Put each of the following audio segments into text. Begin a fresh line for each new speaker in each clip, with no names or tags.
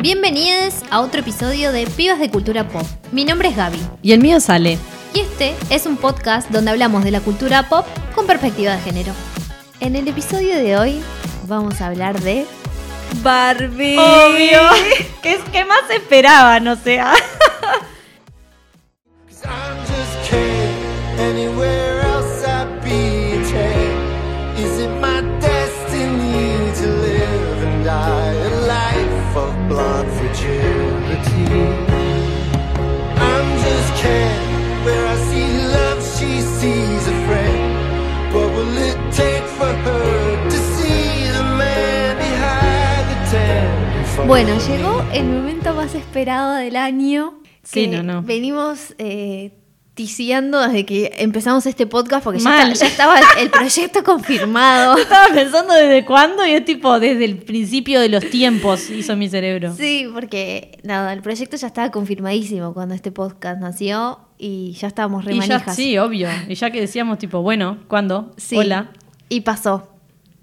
Bienvenidos a otro episodio de Pibas de Cultura Pop. Mi nombre es Gaby
Y el mío sale.
y este es un podcast donde hablamos de la cultura pop con perspectiva de género. En el episodio de hoy vamos a hablar de
Barbie.
Obvio. ¿Qué, es- ¿Qué más esperaban? O sea.
Cause I'm just kidding. Anywhere else I'd be a tramp. Is it my destiny to live and die a life of blonde fragility? I'm just kidding. Where I see love, she sees a friend. What will it take for her to see the man behind the tan?
Bueno, llegó el momento más esperado del año.
Sí,
que
no, no.
Venimos eh, ticiando desde que empezamos este podcast porque ya,
Mal.
esta- ya estaba el- el proyecto confirmado.
Estaba pensando desde cuándo y es tipo desde el principio de los tiempos hizo mi cerebro.
Sí, porque nada, el proyecto ya estaba confirmadísimo cuando este podcast nació y ya estábamos re
y ya,
manijas.
sí, obvio. Y ya que decíamos tipo, bueno, ¿cuándo?
Sí.
Hola.
Y pasó.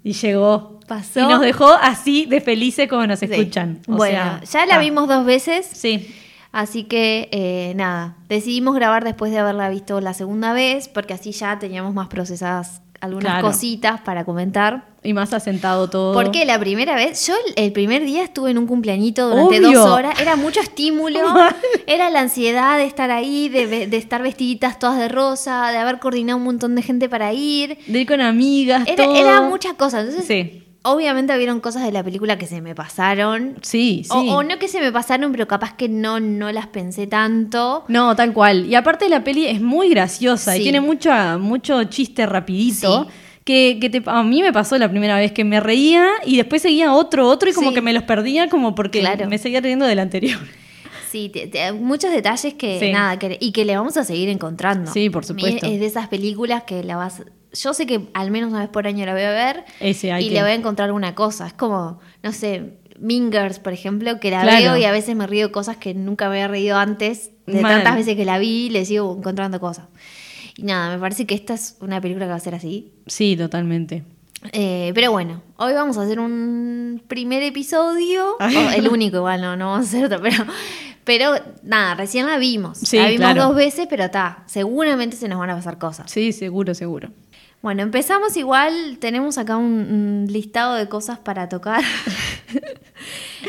Y llegó.
Pasó.
Y nos dejó así de felices como nos escuchan.
Sí.
O
bueno,
sea,
ya la
ah,
vimos dos veces,
Sí.
así que eh, nada, decidimos grabar después de haberla visto la segunda vez, porque así ya teníamos más procesadas algunas
Claro.
cositas para comentar.
Y más asentado todo.
Porque la primera vez, yo el- el primer día estuve en un cumpleañito durante
Obvio.
dos horas, era mucho estímulo,
Mal.
era la ansiedad de estar ahí, de, ve- de estar vestiditas todas de rosa, de haber coordinado un montón de gente para ir.
De ir con amigas,
Era,
todo.
era muchas cosas, entonces
Sí.
obviamente hubieron cosas de la película que se me pasaron.
Sí, sí.
O, o no que se me pasaron, pero capaz que no, no las pensé tanto.
No, tal cual. Y aparte la peli es muy graciosa
Sí.
y tiene mucho, mucho chiste rapidito.
Sí.
Que, que te- a mí me pasó la primera vez que me reía y después seguía otro, otro y como
Sí.
que me los perdía como porque
Claro.
me seguía riendo del anterior.
Sí, te- te- muchos detalles que
Sí.
nada, que, y que le vamos a seguir encontrando.
Sí, por
Mi-
supuesto.
Es de esas películas que la vas... Yo sé que al menos una vez por año la voy a ver
Ese hay
y
que-
le voy a encontrar una cosa. Es como, no sé, Mingers, por ejemplo, que la
Claro.
veo y a veces me río de cosas que nunca me había reído antes. De
Mal.
tantas veces que la vi, y le sigo encontrando cosas. Y nada, me parece que esta es una película que va a ser así.
Sí, totalmente.
Eh, pero bueno, hoy vamos a hacer un primer episodio,
Ay.
o el único igual, no, no vamos a hacer otro, pero, pero nada, recién la vimos.
Sí,
la vimos
claro.
dos veces, pero está, seguramente se nos van a pasar cosas.
Sí, seguro, seguro.
Bueno, empezamos igual, tenemos acá un, un listado de cosas para tocar.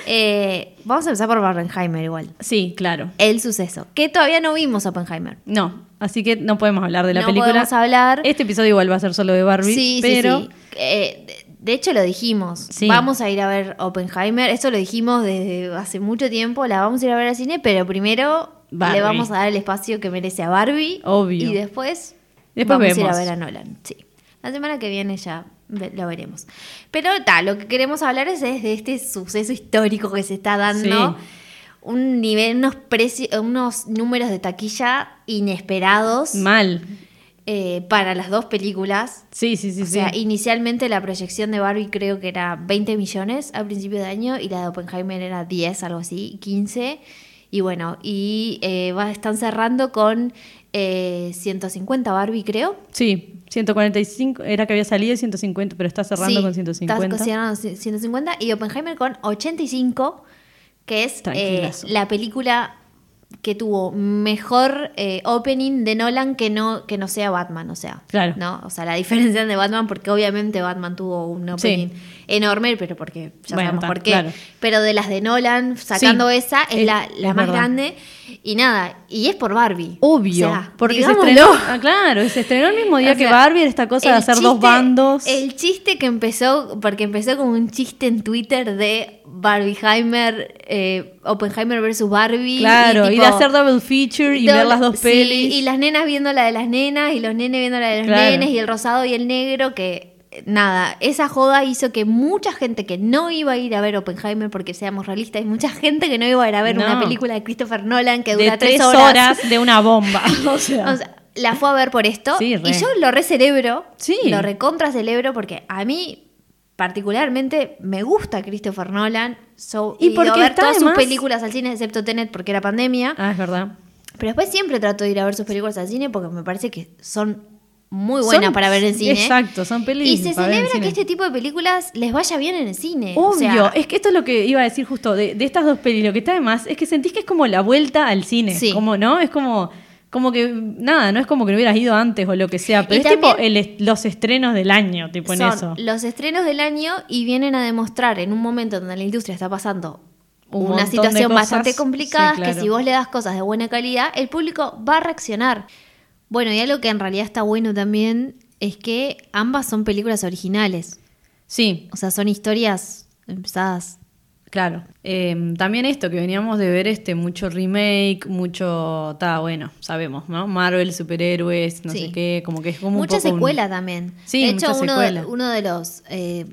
Eh, vamos a empezar por Barbenheimer igual.
Sí, claro.
El suceso, que todavía no vimos Oppenheimer.
No, así que no podemos hablar de la
No
película.
podemos hablar.
Este episodio igual va a ser solo de Barbie,
Sí,
pero
sí, sí. Eh, de- de hecho, lo dijimos.
Sí.
Vamos a ir a ver Oppenheimer. Esto lo dijimos desde hace mucho tiempo. La vamos a ir a ver al cine, pero primero
Barbie.
le vamos a dar el espacio que merece a Barbie.
Obvio.
Y después,
Después
vamos a ir a
vemos.
ver a Nolan. Sí. La semana que viene ya ve- lo veremos. Pero ta, lo que queremos hablar es, es de este suceso histórico que se está dando.
Sí.
Un nivel, unos precios, unos números de taquilla inesperados
mal.
eh, para las dos películas.
Sí, sí, sí,
O
sí.
sea, inicialmente la proyección de Barbie creo que era 20 millones al principio de año y la de Oppenheimer era 10, algo así, 15. Y bueno, y eh, va- están cerrando con eh, 150 Barbie, creo.
Sí, 145, era que había salido 150, pero está cerrando
Sí,
con 150.
Está cerrando con 150 y Oppenheimer con 85, que es eh,
Tranquilazo.
la película que tuvo mejor eh, opening de Nolan que no que no sea Batman, o sea,
Claro.
¿no? O sea, la diferencia de Batman porque obviamente Batman tuvo un opening
Sí.
enorme, pero porque ya
Bueno,
sabemos
ta,
por qué.
claro.
Pero de las de Nolan, sacando
Sí,
esa, es,
es-
la,
es
la más
verdad.
grande y nada, y es por Barbie.
Obvio,
O sea,
porque se
digámoslo.
estrenó, ah, claro, se estrenó el mismo día
O
que
sea,
Barbie, esta cosa de
el
hacer dos
chiste-
bandos.
El chiste que empezó, porque empezó como un chiste en Twitter de Barbieheimer, eh, Oppenheimer versus Barbie.
claro, y,
tipo,
de hacer double feature y
do-
ver las dos
sí,
pelis.
Y las nenas viendo la de las nenas, y los nenes viendo la de los
Claro.
nenes, y el rosado y el negro, que eh, nada, esa joda hizo que mucha gente que no iba a ir a ver Oppenheimer, porque seamos realistas, hay mucha gente que no iba a ir a ver
No.
una película de Christopher Nolan que dura
de tres horas. de una bomba. O sea,
o sea, la fue a ver por esto.
Sí, re.
y yo lo recerebro.
Sí.
Lo recontra celebro porque a mí particularmente me gusta Christopher Nolan. So,
Y
he ido a
porque
ver
está
todas sus
además-
películas al cine, excepto Tenet porque era pandemia.
ah, es verdad.
Pero después siempre trato de ir a ver sus películas al cine porque me parece que son muy buena
Son-
para ver en cine.
Exacto, son
Y
películas.
se
para ver en
celebra que
cine.
este tipo de películas les vaya bien en el cine.
Obvio,
eh, O sea,
es que esto es lo que iba a decir justo, de, de estas dos pelis, lo que está de más es que sentís que es como la vuelta al cine,
Sí.
como, ¿no? Es como, como que, nada, no es como que no hubieras ido antes o lo que sea, pero
Y
es tipo
también-
el est- los estrenos del año, tipo en
son
eso.
los estrenos del año y vienen a demostrar en un momento donde la industria está pasando
Un
una
montón de
situación
cosas.
bastante complicada,
Sí,
que
claro.
si vos le das cosas de buena calidad, el público va a reaccionar. Bueno, y algo que en realidad está bueno también es que ambas son películas originales.
Sí,
O sea, son historias empezadas.
claro. Eh, también esto, que veníamos de ver este, mucho remake, mucho, está bueno, sabemos, ¿no? Marvel, superhéroes, no
Sí.
sé qué, como que es como
mucha
un poco un-
secuela también.
Sí,
de hecho,
mucha
uno, de,
secuela.
uno de los eh,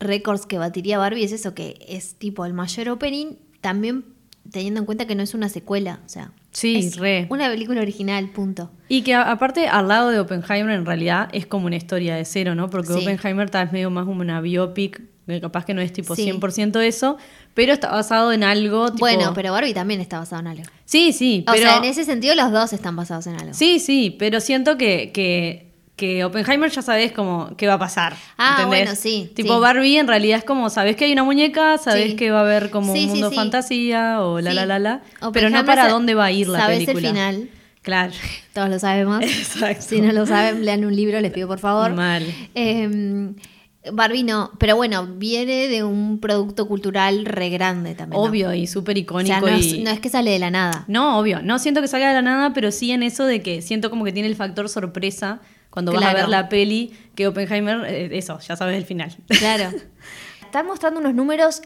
récords que batiría Barbie es eso, que es tipo el mayor opening, también teniendo en cuenta que no es una secuela. O sea,
Sí,
es
re.
una película original, punto.
Y que a- aparte al lado de Oppenheimer en realidad es como una historia de cero, ¿no? Porque
Sí.
Oppenheimer tal vez medio más como una biopic, que capaz que no es tipo
Sí.
100% eso, pero está basado en algo tipo...
Bueno, pero Barbie también está basado en algo.
Sí, sí,
O
pero...
sea, en ese sentido los dos están basados en algo.
Sí, sí, pero siento que, que, que Oppenheimer ya sabes como qué va a pasar.
Ah,
¿entendés?
bueno, sí,
Tipo
sí.
Barbie en realidad es como, sabes que hay una muñeca, sabes
Sí.
que va a haber como
Sí, sí,
un mundo
sí.
fantasía o la
Sí.
la la la, pero no
Oppenheimer
para
sa-
dónde va a ir la
sabes el
película.
final.
Claro.
Todos lo sabemos.
Exacto.
Si no lo saben, lean un libro, les pido por favor.
Mal.
Eh, Barbie no, pero bueno, viene de un producto cultural re grande también. ¿no?
Obvio y súper
O
icónico
sea, no,
y
es, no es que sale de la nada.
No, obvio. No siento que salga de la nada, pero sí en eso de que siento como que tiene el factor sorpresa cuando vas a
Claro.
ver la peli que Oppenheimer, eh, eso, ya sabes el final.
Claro. Están mostrando unos números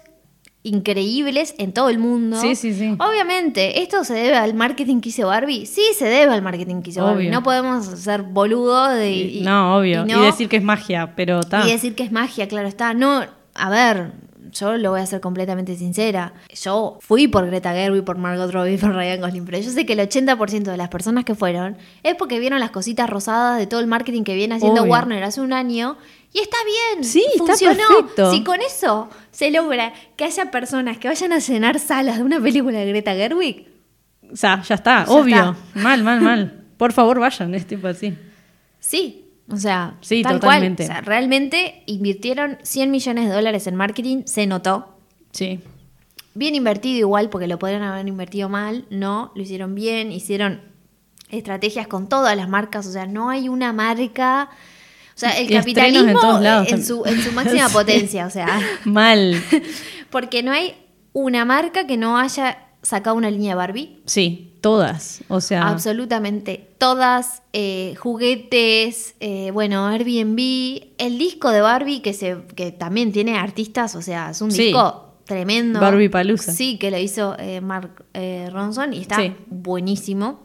increíbles en todo el mundo.
Sí, sí, sí.
Obviamente, ¿esto se debe al marketing que hizo Barbie? Sí, se debe al marketing que hizo Barbie.
Obvio. Eh,
No podemos ser boludos de, y-
no, obvio.
y
Y,
no-
decir que es magia, pero está.
Y decir que es magia, claro está. No, a ver, yo lo voy a ser completamente sincera. Yo fui por Greta Gerwig, por Margot Robbie, por Ryan Gosling, pero yo sé que el 80% de las personas que fueron es porque vieron las cositas rosadas de todo el marketing que viene haciendo
Obvio.
Warner hace un año. Y está bien,
Sí, está
funcionó.
perfecto.
Si con eso se logra que haya personas que vayan a llenar salas de una película de Greta Gerwig,
O sea, ya está,
Ya
obvio.
está.
Mal, mal, mal. Por favor, vayan, es tipo así.
Sí. O sea,
Sí,
tal
totalmente.
cual. O sea, realmente invirtieron 100 millones de dólares en marketing, se notó.
Sí.
Bien invertido igual, porque lo podrían haber invertido mal, no, lo hicieron bien, hicieron estrategias con todas las marcas, o sea, no hay una marca... O sea, el
Y estrenos en
capitalismo
todos lados
en,
también.
su, en su máxima
Sí.
potencia, o sea,
Mal.
porque no hay una marca que no haya sacado una línea Barbie.
Sí, todas. O sea,
Absolutamente. Todas, eh, juguetes, eh, bueno, Airbnb, el disco de Barbie que, se, que también tiene artistas, o sea, es un
Sí.
disco tremendo.
Barbie Palooza.
Sí, que lo hizo eh, Mark eh, Ronson y está
Sí.
buenísimo.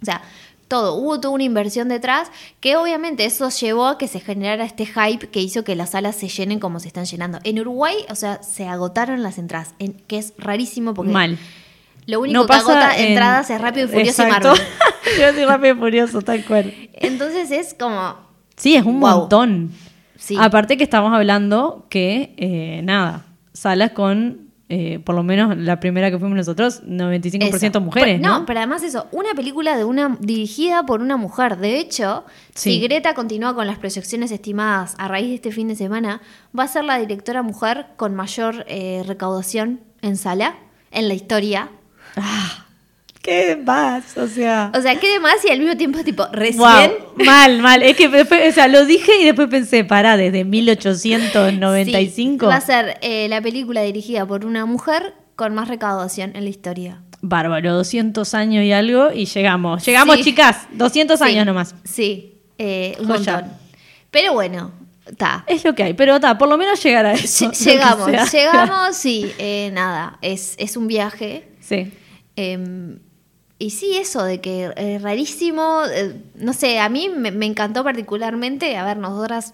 O sea, todo, hubo toda una inversión detrás que obviamente eso llevó a que se generara este hype que hizo que las salas se llenen como se están llenando. En Uruguay, o sea, se agotaron las entradas, en- que es rarísimo porque
mal.
lo único que agota entradas es Rápido y Furioso
Exacto.
y Marvel.
Yo decir rápido y furioso, tal cual.
Entonces es como.
Sí, es un
Wow.
montón.
Sí.
Aparte que estamos hablando que, eh, nada, salas con, eh, por lo menos la primera que fuimos nosotros, 95%
eso.
mujeres,
Pero-
¿no?
pero además eso, una película de una dirigida por una mujer. De hecho,
Sí.
si Greta continúa con las proyecciones estimadas a raíz de este fin de semana, va a ser la directora mujer con mayor eh, recaudación en sala en la historia.
¿Qué más? O sea...
O sea, que demás y al mismo tiempo tipo recién.
wow, mal, mal. Es que después, o sea, lo dije y después pensé, pará, desde
Sí,
1895.
va a ser eh, la película dirigida por una mujer con más recaudación en la historia.
Bárbaro, 200 años y algo y llegamos. Llegamos,
Sí.
chicas, 200
Sí,
años nomás.
Sí, eh, un
Joya.
montón. Pero bueno, está.
Es lo que hay, pero ta, por lo menos llegar a eso. lo que
Llegamos,
sea.
llegamos y eh, nada, es, es un viaje.
Sí.
Eh, y sí, eso de que es rarísimo, eh, no sé, a mí me, me encantó particularmente, a ver, nosotras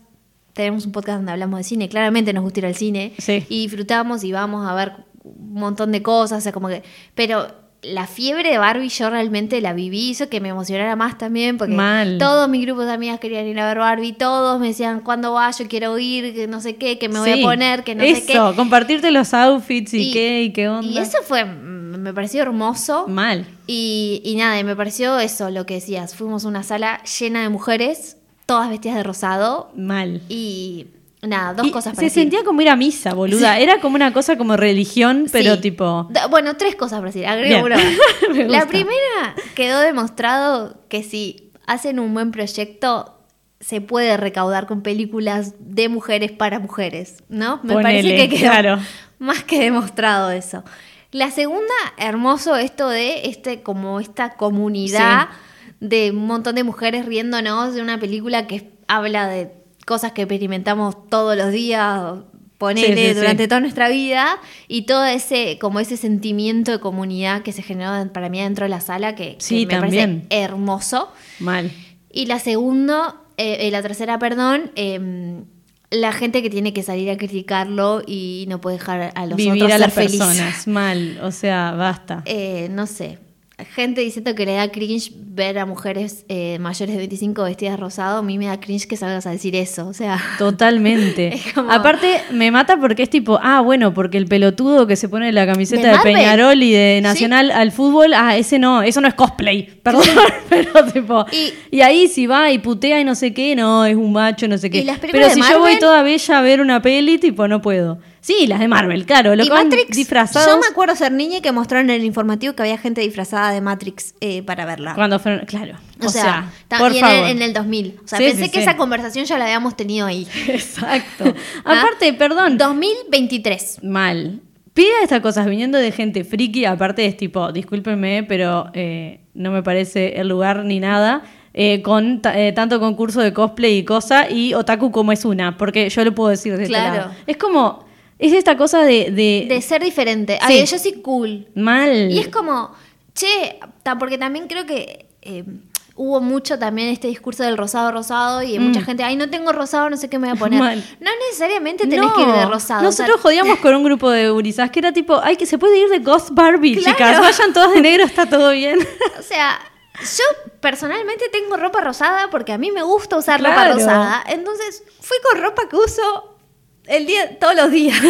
tenemos un podcast donde hablamos de cine, claramente nos gusta ir al cine
Sí.
y disfrutamos y vamos a ver un montón de cosas, o sea, como que, pero la fiebre de Barbie yo realmente la viví, hizo que me emocionara más también, porque
Mal.
todos mis grupos de amigas querían ir a ver Barbie, todos me decían, ¿cuándo va? Yo quiero ir, que no sé qué, que me voy
Sí.
a poner, que no
eso,
sé qué.
compartirte los outfits y, qué y qué onda.
Y eso fue, mm, me pareció hermoso.
mal.
Y, y nada, y me pareció eso lo que decías. Fuimos a una sala llena de mujeres todas vestidas de rosado.
Mal.
Y nada, dos
Y
cosas para
Se
decir.
sentía como ir a misa, boluda. Era como una cosa como religión, pero
Sí.
tipo.
Da- Bueno, tres cosas para decir. Agrego una
Bien.
más.
Me gusta.
La primera, quedó demostrado que si hacen un buen proyecto, se puede recaudar con películas de mujeres para mujeres, ¿no? Me
Ponele,
parece que quedó
claro.
más que demostrado eso. La segunda, hermoso esto de este, como esta comunidad de un montón de mujeres riéndonos de una película que habla de cosas que experimentamos todos los días, ponele,
Sí, sí, sí.
durante toda nuestra vida, y todo ese, como ese sentimiento de comunidad que se generó para mí dentro de la sala, que, que
Sí,
me
también.
parece hermoso.
Mal.
Y la segunda, eh, eh, la tercera, perdón, eh, la gente que tiene que salir a criticarlo y no puede dejar a los
Vivir
otros
a
ser
las
felices.
personas. Mal. O sea, basta.
Eh, no sé. Gente diciendo que le da cringe ver a mujeres eh, mayores de 25 vestidas de rosado. A mí me da cringe que salgas a decir eso. O sea,
Totalmente.
Es como-
Aparte, me mata porque es tipo, ah, bueno, porque el pelotudo que se pone la camiseta
¿De
de,
Marvel?
Peñarol y de
Sí.
Nacional al fútbol, ah, ese no, eso no es cosplay, perdón, pero tipo.
Y-
Y, ahí si va y putea y no sé qué, no, es un macho, no sé qué.
¿Y las
pero
películas
si
de
yo voy
Marvel?
toda bella a ver una peli, tipo, no puedo. Sí, las de Marvel, claro, lo
y
que van
Matrix. Yo
disfrazados.
me acuerdo ser niña y que mostraron en el informativo que había gente disfrazada de Matrix eh, para verla.
Cuando fueron, claro.
o, sea,
por
también
favor.
en, en el 2000. O sea,
Sí,
pensé
sí,
que
sí.
esa conversación ya la habíamos tenido ahí.
Exacto.
¿Ah?
Aparte, perdón,
2023.
Mal. Pida estas cosas viniendo de gente friki, aparte es tipo, discúlpenme, pero eh, no me parece el lugar ni nada, eh, con ta- eh, tanto concurso de cosplay y cosa, y otaku como es una, porque yo lo puedo decir de
Claro.
este lado. Es como, es esta cosa de... de-
De ser diferente.
Sí.
Ay, yo soy cool.
mal.
Y es como, che, ta- porque también creo que eh, hubo mucho también este discurso del rosado, rosado, y mucha gente, ay, no tengo rosado, no sé qué me voy a poner.
Mm. Mal.
No necesariamente tenés
No,
que ir de rosado. o sea,
Nosotros jodíamos con un grupo de gurizas que era tipo, ay, que se puede ir de Ghost Barbie,
Claro.
chicas, vayan todos de negro, está todo bien.
O sea, yo personalmente tengo ropa rosada porque a mí me gusta usar ropa
Claro.
rosada. Entonces, fui con ropa que uso el día, todos los días.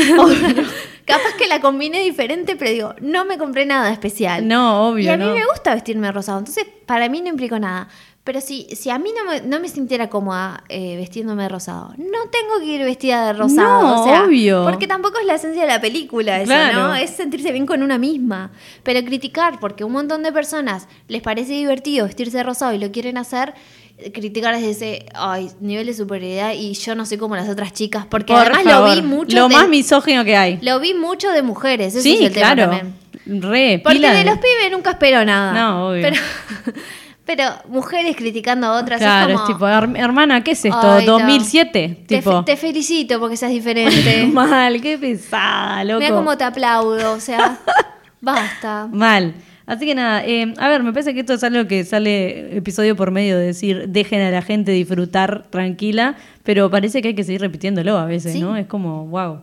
Capaz que la combiné diferente, pero digo, no me compré nada especial.
No, obvio,
Y a mí
no.
me gusta vestirme rosado, entonces para mí no implicó nada. Pero si, si a mí no me, no me sintiera cómoda eh, vestiéndome de rosado, no tengo que ir vestida de rosado.
No,
o sea,
obvio.
Porque tampoco es la esencia de la película, eso,
Claro.
¿no? Es sentirse bien con una misma. Pero criticar, porque un montón de personas les parece divertido vestirse de rosado y lo quieren hacer, eh, criticar desde ese ay, nivel de superioridad y yo no soy como las otras chicas. Porque
Por
además lo vi
favor,
mucho.
Lo
de-
más misógino que hay.
lo vi mucho de mujeres, eso es
sí,
el tema
claro.
también.
Re,
Porque
pila
de los pibes nunca espero nada.
No, obvio.
Pero, pero mujeres criticando a otras
Claro,
es como...
es tipo, "Her- hermana, ¿qué es esto?
"Ay, no.
2007,
Te,
tipo.
fe- te felicito porque seas diferente.
Mal, qué pesada, loco.
Mira cómo te aplaudo, o sea, basta.
Mal. Así que nada, eh, a ver, me parece que esto es algo que sale episodio por medio, de decir, dejen a la gente disfrutar tranquila, pero parece que hay que seguir repitiéndolo a veces,
Sí.
¿no? Es como, wow.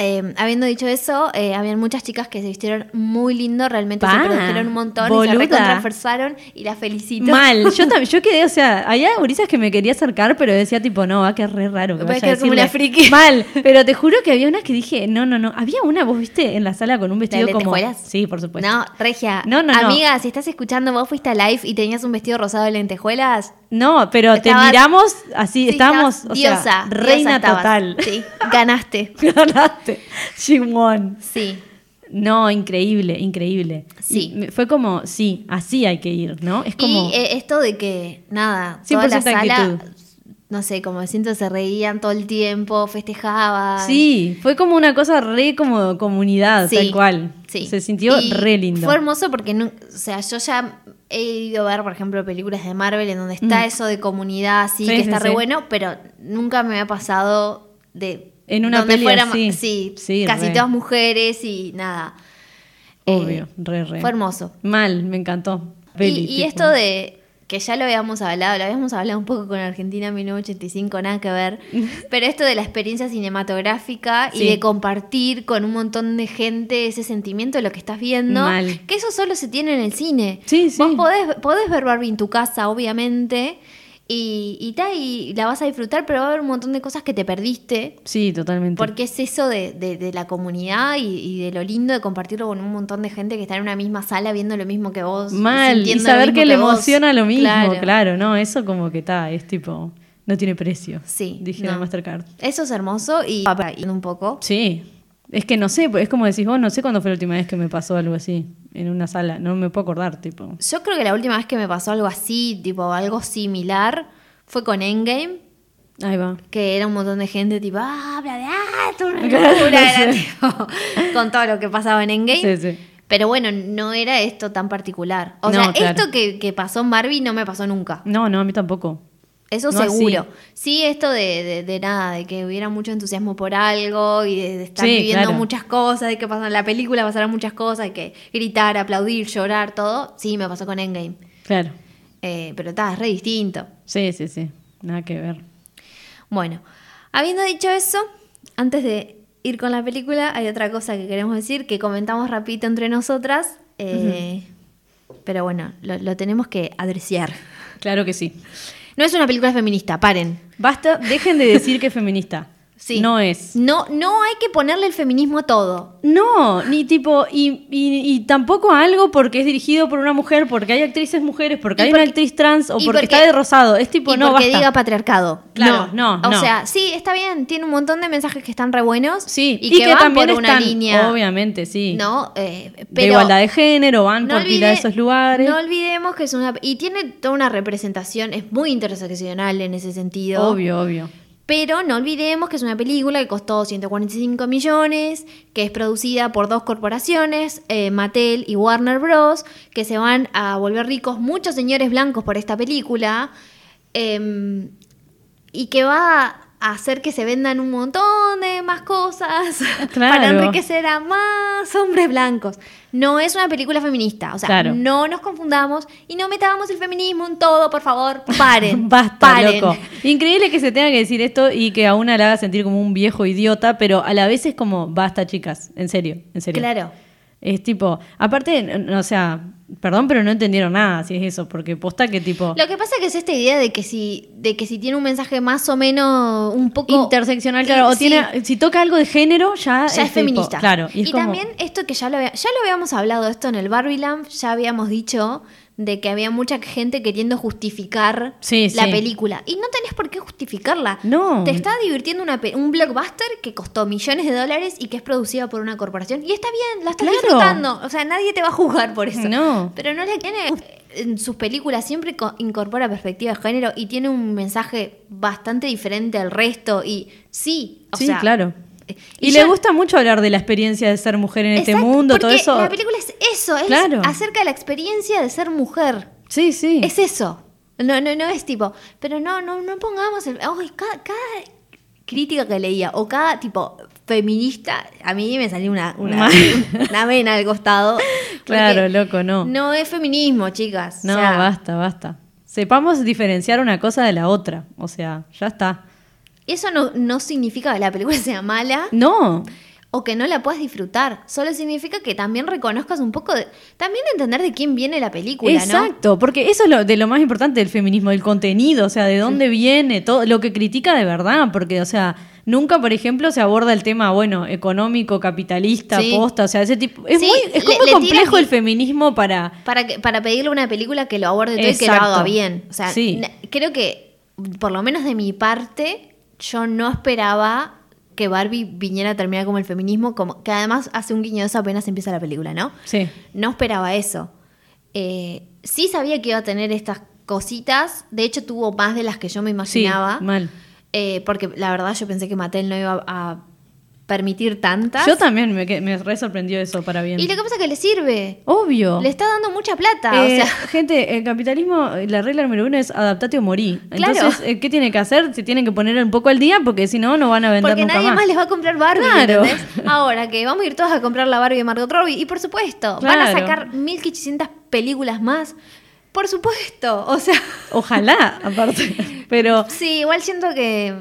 Eh, habiendo dicho eso, eh, habían muchas chicas que se vistieron muy lindo, realmente se
Pa,
produjeron un montón y se
boluda.
recontraforzaron y las felicito.
Mal, yo también, yo quedé, o sea, había gurisas que me quería acercar, pero decía tipo, no, va a quedar re raro. Que
Va a
vaya
quedar como
decirle.
una friki.
Mal, pero te juro que había unas que dije, no, no, no. Había una, vos viste, en la sala con un vestido
¿La de
como.
lentejuelas?
Sí, por supuesto.
No, Regia.
No, no, no.
Amiga, si estás escuchando, vos fuiste a live y tenías un vestido rosado de lentejuelas,
No, pero
Estabas-
te miramos así,
Sí,
estábamos,
estabas
o sea,
diosa,
reina
diosa estabas.
total.
Sí, ganaste.
Ganaste. She won.
Sí.
No, increíble, increíble.
Sí.
Y me- fue como, sí, así hay que ir, ¿no? Es como.
Y eh, esto de que, nada, toda la
100%
sala,
actitud.
no sé, como siento se reían todo el tiempo, festejaban.
Sí, fue como una cosa re como comunidad,
Sí,
tal cual.
sí.
Se sintió
Y
re lindo.
Fue hermoso porque, nu- o sea, yo ya he ido a ver, por ejemplo, películas de Marvel en donde está eso de comunidad, así,
Mm. Sí,
que
sí,
está re
sí.
bueno, pero nunca me ha pasado de...
En una
donde
peli
fuera ma-
así.
Sí,
Sí,
casi
re.
todas mujeres y nada. Eh,
Obvio, re, re.
Fue hermoso.
Mal, me encantó. Peli,
Y, y
tipo.
esto de que ya lo habíamos hablado, lo habíamos hablado un poco con Argentina 1985, nada que ver, pero esto de la experiencia cinematográfica y
Sí.
de compartir con un montón de gente ese sentimiento de lo que estás viendo,
Mal.
que eso solo se tiene en el cine.
Sí, sí.
Vos podés, podés ver Barbie en tu casa, obviamente, y, y, ta, y la vas a disfrutar, pero va a haber un montón de cosas que te perdiste.
Sí, totalmente.
Porque es eso de, de- de la comunidad y, y de lo lindo de compartirlo con un montón de gente que está en una misma sala viendo lo mismo que vos.
Mal, y
sintiendo lo
saber
mismo
que le
vos.
emociona lo mismo,
Claro.
claro. no, eso como que está, es tipo, No tiene precio.
Sí,
Dije
no.
Mastercard.
Eso es hermoso y y un poco.
Sí. Es que no sé, es como decís vos, no sé cuándo fue la última vez que me pasó algo así en una sala. No me puedo acordar, tipo.
Yo creo que la última vez que me pasó algo así, tipo algo similar, fue con Endgame,
Ahí va.
que era un montón de gente tipo, ah, habla de ah, esto es una locura", era tipo, con todo lo que pasaba en Endgame.
Sí, sí.
Pero bueno, no era esto tan particular. O
No,
sea,
claro.
esto que, que pasó en Barbie no me pasó nunca.
No, no, a mí tampoco.
Eso
No
seguro. Sí, esto de, de- de nada, de que hubiera mucho entusiasmo por algo y de, de estar
Sí,
viviendo
claro.
muchas cosas, de que pasan en la película, pasaran muchas cosas, de que gritar, aplaudir, llorar, todo. Sí, me pasó con Endgame.
Claro.
Eh, pero está, es re distinto.
Sí, sí, sí. Nada que ver.
Bueno, habiendo dicho eso, antes de ir con la película, hay otra cosa que queremos decir que comentamos rapidito entre nosotras. eh, Pero bueno, lo, lo tenemos que adreciar.
Claro que sí.
No es una película feminista, paren.
Basta, dejen de decir que es feminista.
Sí.
No es.
No, no hay que ponerle el feminismo a todo.
No, ni tipo, y, y- y tampoco a algo porque es dirigido por una mujer, porque hay actrices mujeres, porque
Y
hay
porque-
una actriz trans o
y
porque, está de rosado. Es tipo,
y
no,
porque
basta.
diga patriarcado.
Claro, no,
O
no.
sea, sí, está bien, tiene un montón de mensajes que están re buenos.
Sí,
y, que, van por una
están,
línea.
Obviamente, sí.
¿no? Eh, pero
de igualdad de género, van por pila de
olvide-
esos lugares.
No olvidemos que es una. Y tiene toda una representación, es muy interseccional en ese sentido.
obvio, obvio.
Pero no olvidemos que es una película que costó 145 millones, que es producida por dos corporaciones, eh, Mattel y Warner Bros., que se van a volver ricos muchos señores blancos por esta película, eh, y que va a hacer que se vendan un montón de más cosas para
Claro.
enriquecer a más hombres blancos. No es una película feminista, o sea,
Claro.
no nos confundamos y no metamos el feminismo en todo, por favor, paren.
Basta,
paren.
loco. Increíble que se tenga que decir esto y que a una la haga sentir como un viejo idiota, pero a la vez es como, basta, chicas. En serio, en serio.
Claro.
Es tipo, aparte, n- o sea, perdón, pero no entendieron nada si es eso, porque posta que tipo
Lo que pasa que es esta idea de que si, de que si tiene un mensaje más o menos un poco
interseccional, claro, o
Sí,
tiene si toca algo de género
ya
ya,
es
tipo,
feminista.
claro, y,
y
es como-
también esto que ya lo, había- ya lo habíamos hablado esto en el Barbie Land, ya habíamos dicho de que había mucha gente queriendo justificar
Sí,
la
sí.
película. Y no tenés por qué justificarla.
No.
Te está divirtiendo una pe- un blockbuster que costó millones de dólares y que es producida por una corporación. Y está bien, la estás
Claro.
disfrutando. O sea, nadie te va a juzgar por eso.
No.
Pero no le tiene. En sus películas siempre co- incorpora perspectiva de género y tiene un mensaje bastante diferente al resto. Y sí, o
Sí,
sea,
claro.
eh,
Y,
yo-
le gusta mucho hablar de la experiencia de ser mujer en este
Exacto,
mundo,
porque
todo eso.
La película es eso, es
Claro.
acerca de la experiencia de ser mujer.
Sí, sí.
Es eso. No, no, no es tipo, pero no, no, no pongamos el. ay, cada, cada crítica que leía o cada tipo feminista, a mí me salió una, una,
Ma-
una vena al costado. porque
Claro, loco, no.
No es feminismo, chicas.
No,
o sea,
basta, basta. Sepamos diferenciar una cosa de la otra. O sea, ya está.
Eso no, no significa que la película sea mala.
No.
o que no la puedas disfrutar. Solo significa que también reconozcas un poco de. También entender de quién viene la película, ¿no?
Exacto, porque eso es lo, de lo más importante del feminismo, el contenido, o sea, de dónde viene, todo lo que critica de verdad, porque, o sea, nunca, por ejemplo, se aborda el tema, bueno, económico, capitalista,
Sí.
posta, o sea, ese tipo. Es,
Sí,
muy,
le-
es como
le
complejo
tiran-
el feminismo para.
Para, que, para pedirle una película que lo aborde todo y que lo
Exacto.
haga bien. O sea,
Sí.
na- creo que, por lo menos de mi parte, yo no esperaba que Barbie viniera a terminar como el feminismo, como que además hace un guiño de eso apenas empieza la película, ¿no?
Sí,
No esperaba eso. Eh, sí sabía que iba a tener estas cositas. De hecho, tuvo más de las que yo me
sí,
imaginaba.
mal.
Eh, porque la verdad yo pensé que Mattel no iba a permitir tantas.
Yo también me, que- me re sorprendió eso para bien.
y lo que pasa es que le sirve.
Obvio.
Le está dando mucha plata.
Eh,
o sea,
Gente, el capitalismo, eh, la regla número uno es adaptate o morí.
Claro.
Entonces, eh, ¿qué tiene que hacer? Se tienen que poner un poco al día porque si no, no van a vender
porque
nunca
nadie más.
más.
les va a comprar Barbie.
Claro.
¿entendés? Ahora que vamos a ir todos a comprar la Barbie de Margot Robbie. Y por supuesto, van a
Claro.
sacar 1500 películas más. Por supuesto. O sea,
Ojalá, aparte. Pero,
sí, igual siento que.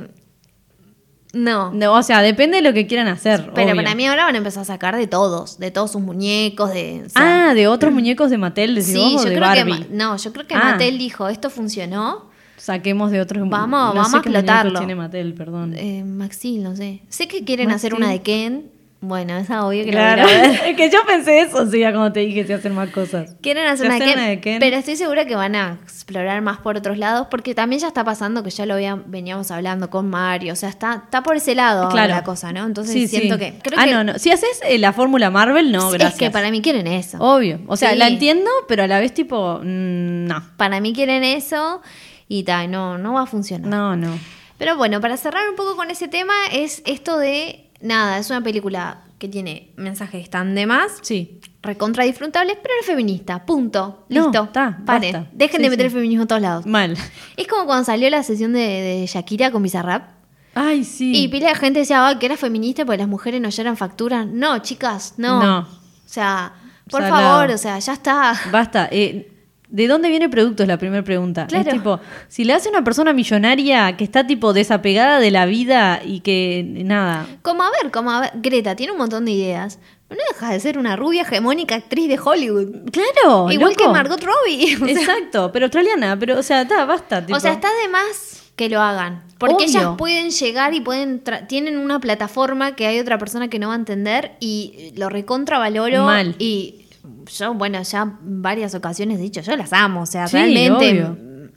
No.
no, o sea, depende de lo que quieran hacer.
Pero
obvio.
para mí ahora van a empezar a sacar de todos. De todos sus muñecos. De, o sea,
Ah, de otros muñecos de Mattel, decís
sí,
vos, o
yo
de
creo que.
Barbie.
Ma- No, yo creo que
Ah.
Mattel dijo: esto funcionó.
Saquemos de otros mu-
Vamos,
no sé
vamos a
qué muñecos
explotarlo.
tiene Mattel, perdón.
Eh, Maxil, no sé. Sé que quieren hacer
Maxil.
una de Ken. Bueno, es obvio que la
Claro.
voy a ir a ver.
es que yo pensé eso, sí, ya cuando te dije se hacen más cosas.
Quieren hacer una,
Se
de
hacen
Ken,
de Ken.
pero estoy segura que van a explorar más por otros lados, porque también ya está pasando que ya lo había- veníamos hablando con Mario, o sea, está, está por ese lado ahora
Claro.
la cosa, ¿no? Entonces
Sí,
siento
sí.
que... Creo
ah,
que
no, no. Si haces eh, la fórmula Marvel, no, gracias.
Es que para mí quieren eso.
Obvio. O sea,
Sí.
la entiendo, pero a la vez, tipo, mm, no.
Para mí quieren eso y tal, no, no va a funcionar.
No, no.
Pero bueno, para cerrar un poco con ese tema, es esto de, nada, es una película que tiene mensajes tan de más,
Sí.
recontra disfrutables, pero es feminista, punto.
No,
Listo,
está,
Paren.
basta.
Dejen
Sí,
de meter
sí.
el feminismo en todos lados.
Mal.
Es como cuando salió la sesión de, de Shakira con Bizarrap.
Ay, sí.
Y pila de gente decía "Ah, que era feminista porque las mujeres no lloran facturas. No, chicas, no.
No.
O sea, por
Salado.
favor, o sea, ya está.
Basta. eh, ¿De dónde viene el producto? Es la primera pregunta.
Claro.
Es tipo, si le hace una persona millonaria que está tipo desapegada de la vida y que nada.
Como a ver, como a ver, Greta tiene un montón de ideas. No deja de ser una rubia hegemónica actriz de Hollywood.
Claro.
Igual
loco.
que Margot Robbie. O sea,
Exacto, pero australiana, pero o sea, está, basta. tipo.
o sea, está de más que lo hagan. Porque
Obvio.
ellas pueden llegar y pueden tra- tienen una plataforma que hay otra persona que no va a entender y lo recontravaloro.
Mal.
Y yo, bueno, ya en varias ocasiones he dicho, yo las amo, o sea,
Sí,
realmente
obvio.
m-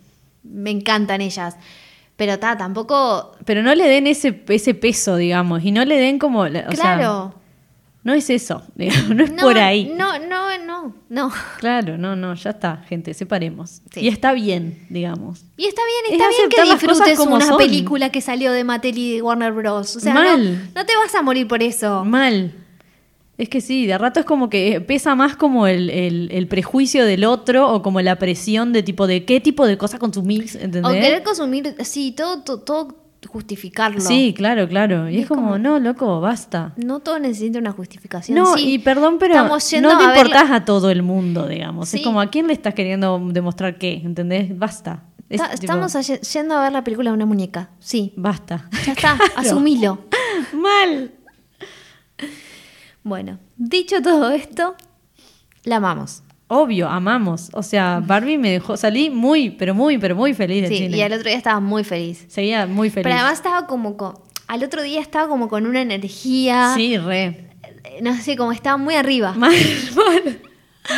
me encantan ellas. Pero ta, tampoco...
Pero no le den ese, ese peso, digamos, y no le den como. la- O Sea,
claro.
no es eso, digamos, no es
No,
por ahí.
No, no, no, no.
Claro, no, no, ya está, gente, separemos.
Sí.
Y está bien, digamos.
Y está bien,
Es
está bien que
aceptar las cosas
disfrutes
como
una
son.
película que salió de Mattel y Warner Bros. O sea, no- No,
Mal.
te vas a morir por eso.
Mal. Es que sí, de rato es como que pesa más como el, el- el prejuicio del otro o como la presión de tipo de qué tipo de cosas consumís,
O
¿entendés?
querer consumir, sí, todo, to- todo, justificarlo.
Sí, claro, claro. Y
Es
es como,
como-
no, loco, basta.
No todo necesita una justificación.
No,
Sí,
y perdón, pero
estamos yendo
no le
a ver
importás
la-
a todo el mundo, digamos.
Sí.
Es como, ¿a quién le estás queriendo demostrar qué? ¿Entendés? Basta. Es
Ta-
este tipo,
Estamos aye- yendo a ver la película de una muñeca. Sí.
Basta.
Ya está, asumilo.
Mal.
Bueno, dicho todo esto, la amamos.
Obvio, amamos. O sea, Barbie me dejó, salí muy, pero muy, pero muy feliz del
Sí,
cine.
y al otro día estaba muy feliz.
Seguía muy feliz.
Pero además estaba como con. Al otro día estaba como con una energía.
Sí, re.
eh, No sé, como estaba muy arriba.
Mal, mal.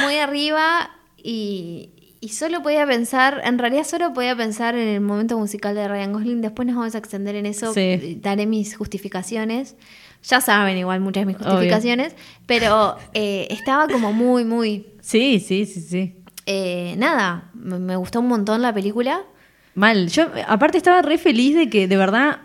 muy arriba y, y solo podía pensar, en realidad solo podía pensar en el momento musical de Ryan Gosling, después nos vamos a extender en eso,
Sí.
eh, daré mis justificaciones, ya saben igual muchas de mis justificaciones, pero eh, estaba como muy, muy,
Sí, sí, sí, sí.
eh, nada, me, me gustó un montón la película.
Mal. Yo, aparte, estaba re feliz de que, de verdad,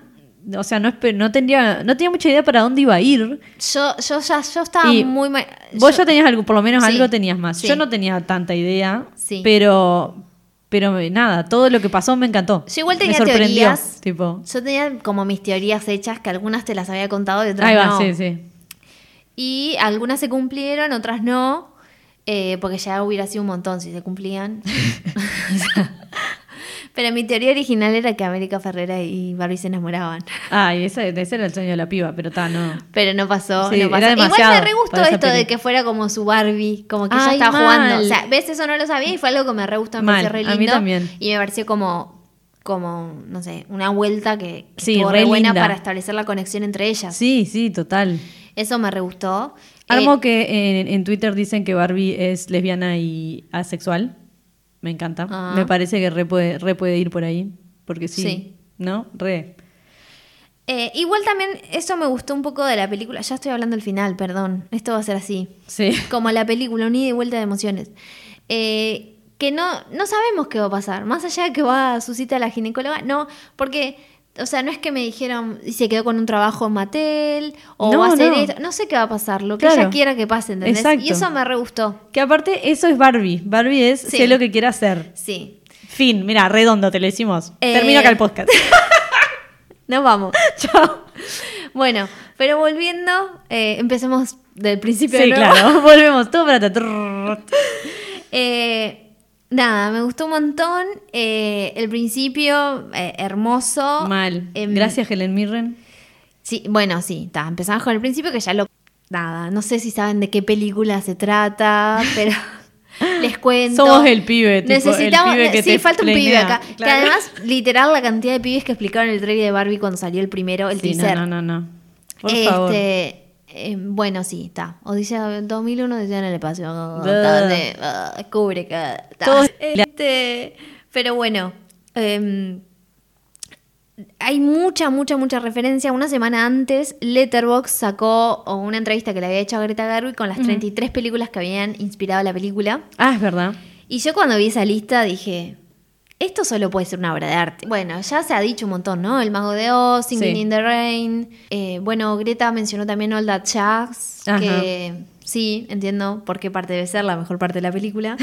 o sea, no, espe- no, tendría, no tenía mucha idea para dónde iba a ir.
Yo, yo ya, yo estaba
Y
muy mal.
Vos
yo-
ya tenías algo, por lo menos
Sí,
algo tenías más.
sí.
Yo no tenía tanta idea,
Sí.
pero pero me- nada, todo lo que pasó me encantó.
Yo igual tenía
me sorprendió,
teorías.
tipo.
yo tenía como mis teorías hechas, que algunas te las había contado y otras
Ahí va,
no.
sí, sí.
Y algunas se cumplieron, otras no, eh, porque ya hubiera sido un montón si se cumplían. O sea, Pero mi teoría original era que América Ferrera y Barbie se enamoraban.
Ay, ese, ese era el sueño de la piba, pero está, no.
Pero no pasó,
Sí,
no
era
pasó. Igual
demasiado
me re gustó
para esa
esto de
peli.
que fuera como su Barbie, como que ella
Ay,
estaba
mal.
jugando. O sea, ves, eso no lo sabía y fue algo que me re gustó, me
Mal,
pareció re
a mí
lindo.
también.
Y me pareció como, como, no sé, una vuelta que, que
Sí,
estuvo
re
re buena
linda.
para establecer la conexión entre ellas.
Sí, sí, total.
Eso me re gustó.
Armo
Eh,
que en, en Twitter dicen que Barbie es lesbiana y asexual. Me encanta.
Ah.
Me parece que re puede, re puede ir por ahí. Porque sí.
Sí.
¿No? Re.
Eh, igual también eso me gustó un poco de la película. Ya estoy hablando del final, perdón. Esto va a ser así.
Sí.
Como la película, un ida y vuelta de emociones. Eh, que no, no sabemos qué va a pasar. Más allá de que va a su cita a la ginecóloga, no, porque, o sea, no es que me dijeron y se quedó con un trabajo en Mattel o
No,
va a hacer
no.
esto. No sé qué va a pasar, lo que
Claro.
ella quiera que pase, ¿entendés?
Exacto.
Y eso me re gustó.
Que aparte, eso es Barbie. Barbie es
Sí.
sé lo que quiere hacer.
Sí.
Fin, mira, redondo, te lo hicimos.
Eh.
Termino acá el podcast.
Nos vamos. Chao. Bueno, pero volviendo, eh, empecemos del principio de
sí,
nuevo.
claro. Volvemos todo para atrás.
Eh, nada, me gustó un montón. eh, el principio, eh, hermoso.
Mal.
Em,
Gracias, Helen Mirren.
Sí, bueno, sí, está. Empezamos con el principio que ya lo. Nada, no sé si saben de qué película se trata, pero les cuento.
Somos el pibe, tipo,
Necesitamos.
el pibe que
sí,
te
falta un pibe
plenea,
acá. Que
claro.
además, literal, la cantidad de pibes que explicaron el trailer de Barbie cuando salió el primero, el
Sí,
teaser.
no, no, no, no. Por favor.
Este, Eh, bueno, sí, está. Odisea 2001, Odisea en el espacio.
Bah.
Donde, ah, Kubrick, ah, está.
Todo-
Este, pero bueno, em, hay mucha, mucha, mucha referencia. Una semana antes, Letterboxd sacó una entrevista que le había hecho a Greta Garwick con las 33 películas que habían inspirado la película.
Ah, es verdad.
Y yo cuando vi esa lista dije, esto solo puede ser una obra de arte. Bueno, ya se ha dicho un montón, ¿no? El Mago de Oz, Singing
Sí.
in the Rain. Eh, bueno, Greta mencionó también All That Jazz,
Ajá.
que sí, entiendo por qué parte debe ser la mejor parte de la película.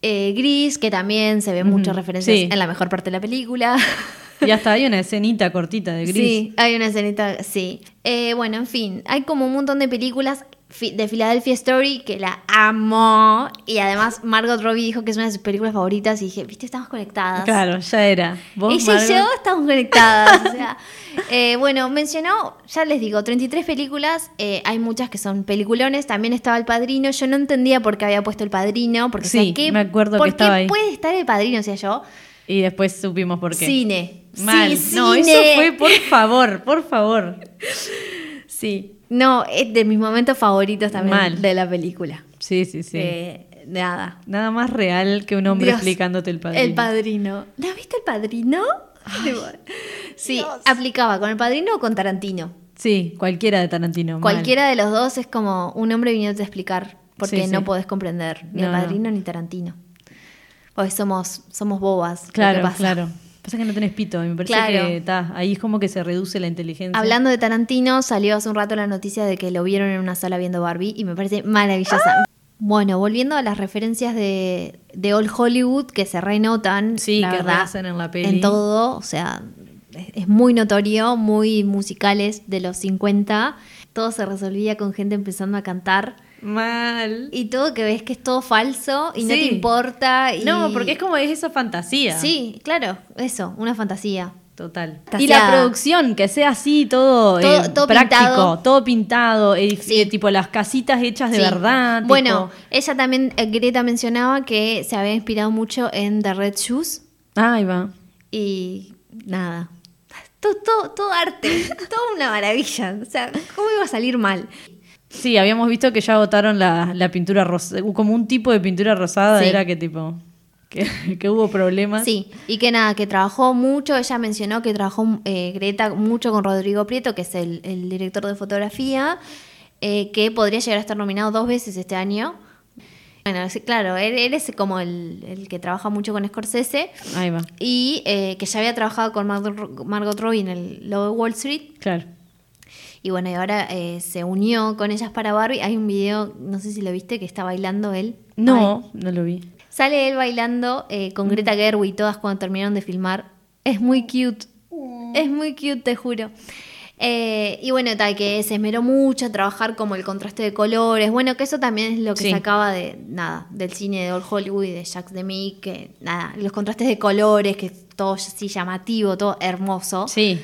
Eh, Gris, que también se ven muchas
Ujú,
referencias
sí.
en la mejor parte de la película.
Y hasta hay una escenita cortita de gris.
Sí, hay una escenita, sí. Eh, bueno, en fin, hay como un montón de películas fi- de Philadelphia Story que la amo. Y además Margot Robbie dijo que es una de sus películas favoritas y dije, viste, estamos conectadas.
Claro, ya era. Vos,
Ella
Margot?
y yo estamos conectadas. o sea, eh, bueno, mencionó, ya les digo, 33 películas. eh, hay muchas que son peliculones. También estaba El Padrino. Yo no entendía por qué había puesto El Padrino. Porque, o sea,
Sí,
¿qué-
me acuerdo que
¿por qué
estaba ahí.
puede estar El Padrino? O sea, yo,
Y después supimos por qué.
cine.
Mal.
Sí,
no, eso
cine.
fue por favor, por favor.
Sí. No, es de mis momentos favoritos también
Mal.
de la película.
Sí, sí, sí.
Eh, nada.
Nada más real que un hombre
Dios,
explicándote el padrino.
El padrino. ¿No viste el padrino? Tipo, sí, aplicaba con el padrino o con Tarantino.
Sí, cualquiera de Tarantino. mal.
Cualquiera de los dos es como un hombre viniéndote a explicar porque
Sí, sí.
no podés comprender ni el
No, no.
padrino ni Tarantino. Hoy somos, somos bobas. lo
Claro,
que pasa.
claro. Pasa que no tenés pito, y me parece
Claro.
que ta, ahí es como que se reduce la inteligencia.
Hablando de Tarantino, salió hace un rato la noticia de que lo vieron en una sala viendo Barbie y me parece maravillosa. Bueno, volviendo a las referencias de, de Old Hollywood que se renotan,
Sí,
la
que
verdad,
rehacen en la peli.
en todo, o sea, es, es muy notorio, muy musicales de los 50. Todo se resolvía con gente empezando a cantar
Mal.
y todo que ves que es todo falso y no
Sí.
te importa. y-
No, porque es como es esa fantasía.
Sí, claro, eso, una fantasía.
Total.
Fantasía.
Y la producción, que sea así todo,
Todo-
eh,
todo
práctico,
pintado.
todo pintado, edific-
Sí.
eh, tipo las casitas hechas de
Sí.
verdad. tipo-
Bueno, ella también, eh, Greta mencionaba que se había inspirado mucho en The Red Shoes
Ahí va.
y nada. Todo, todo, todo arte, toda una maravilla. O sea, ¿cómo iba a salir mal?
Sí, habíamos visto que ya agotaron la, la pintura rosada, como un tipo de pintura rosada
Sí.
era que tipo, que, que hubo problemas.
Sí, y que nada, que trabajó mucho, ella mencionó que trabajó eh, Greta mucho con Rodrigo Prieto, que es el, el director de fotografía, eh, que podría llegar a estar nominado dos veces este año. Bueno, sí, claro, él, él es como el, el que trabaja mucho con Scorsese.
Ahí va,
y eh, que ya había trabajado con Margot, Margot Robbie en el Lobo de Wall Street
claro.
y bueno y ahora eh, se unió con ellas para Barbie hay un video no sé si lo viste que está bailando él
No, no lo vi.
Ay. sale él bailando eh, con
Mm.
Greta Gerwig y todas cuando terminaron de filmar es muy cute
Mm.
es muy cute te juro Eh, y bueno tal que se esmeró mucho a trabajar como el contraste de colores bueno que eso también es lo que
Sí.
sacaba de nada del cine de Old Hollywood y de Jacques Demy que nada los contrastes de colores que es todo así llamativo todo hermoso
Sí.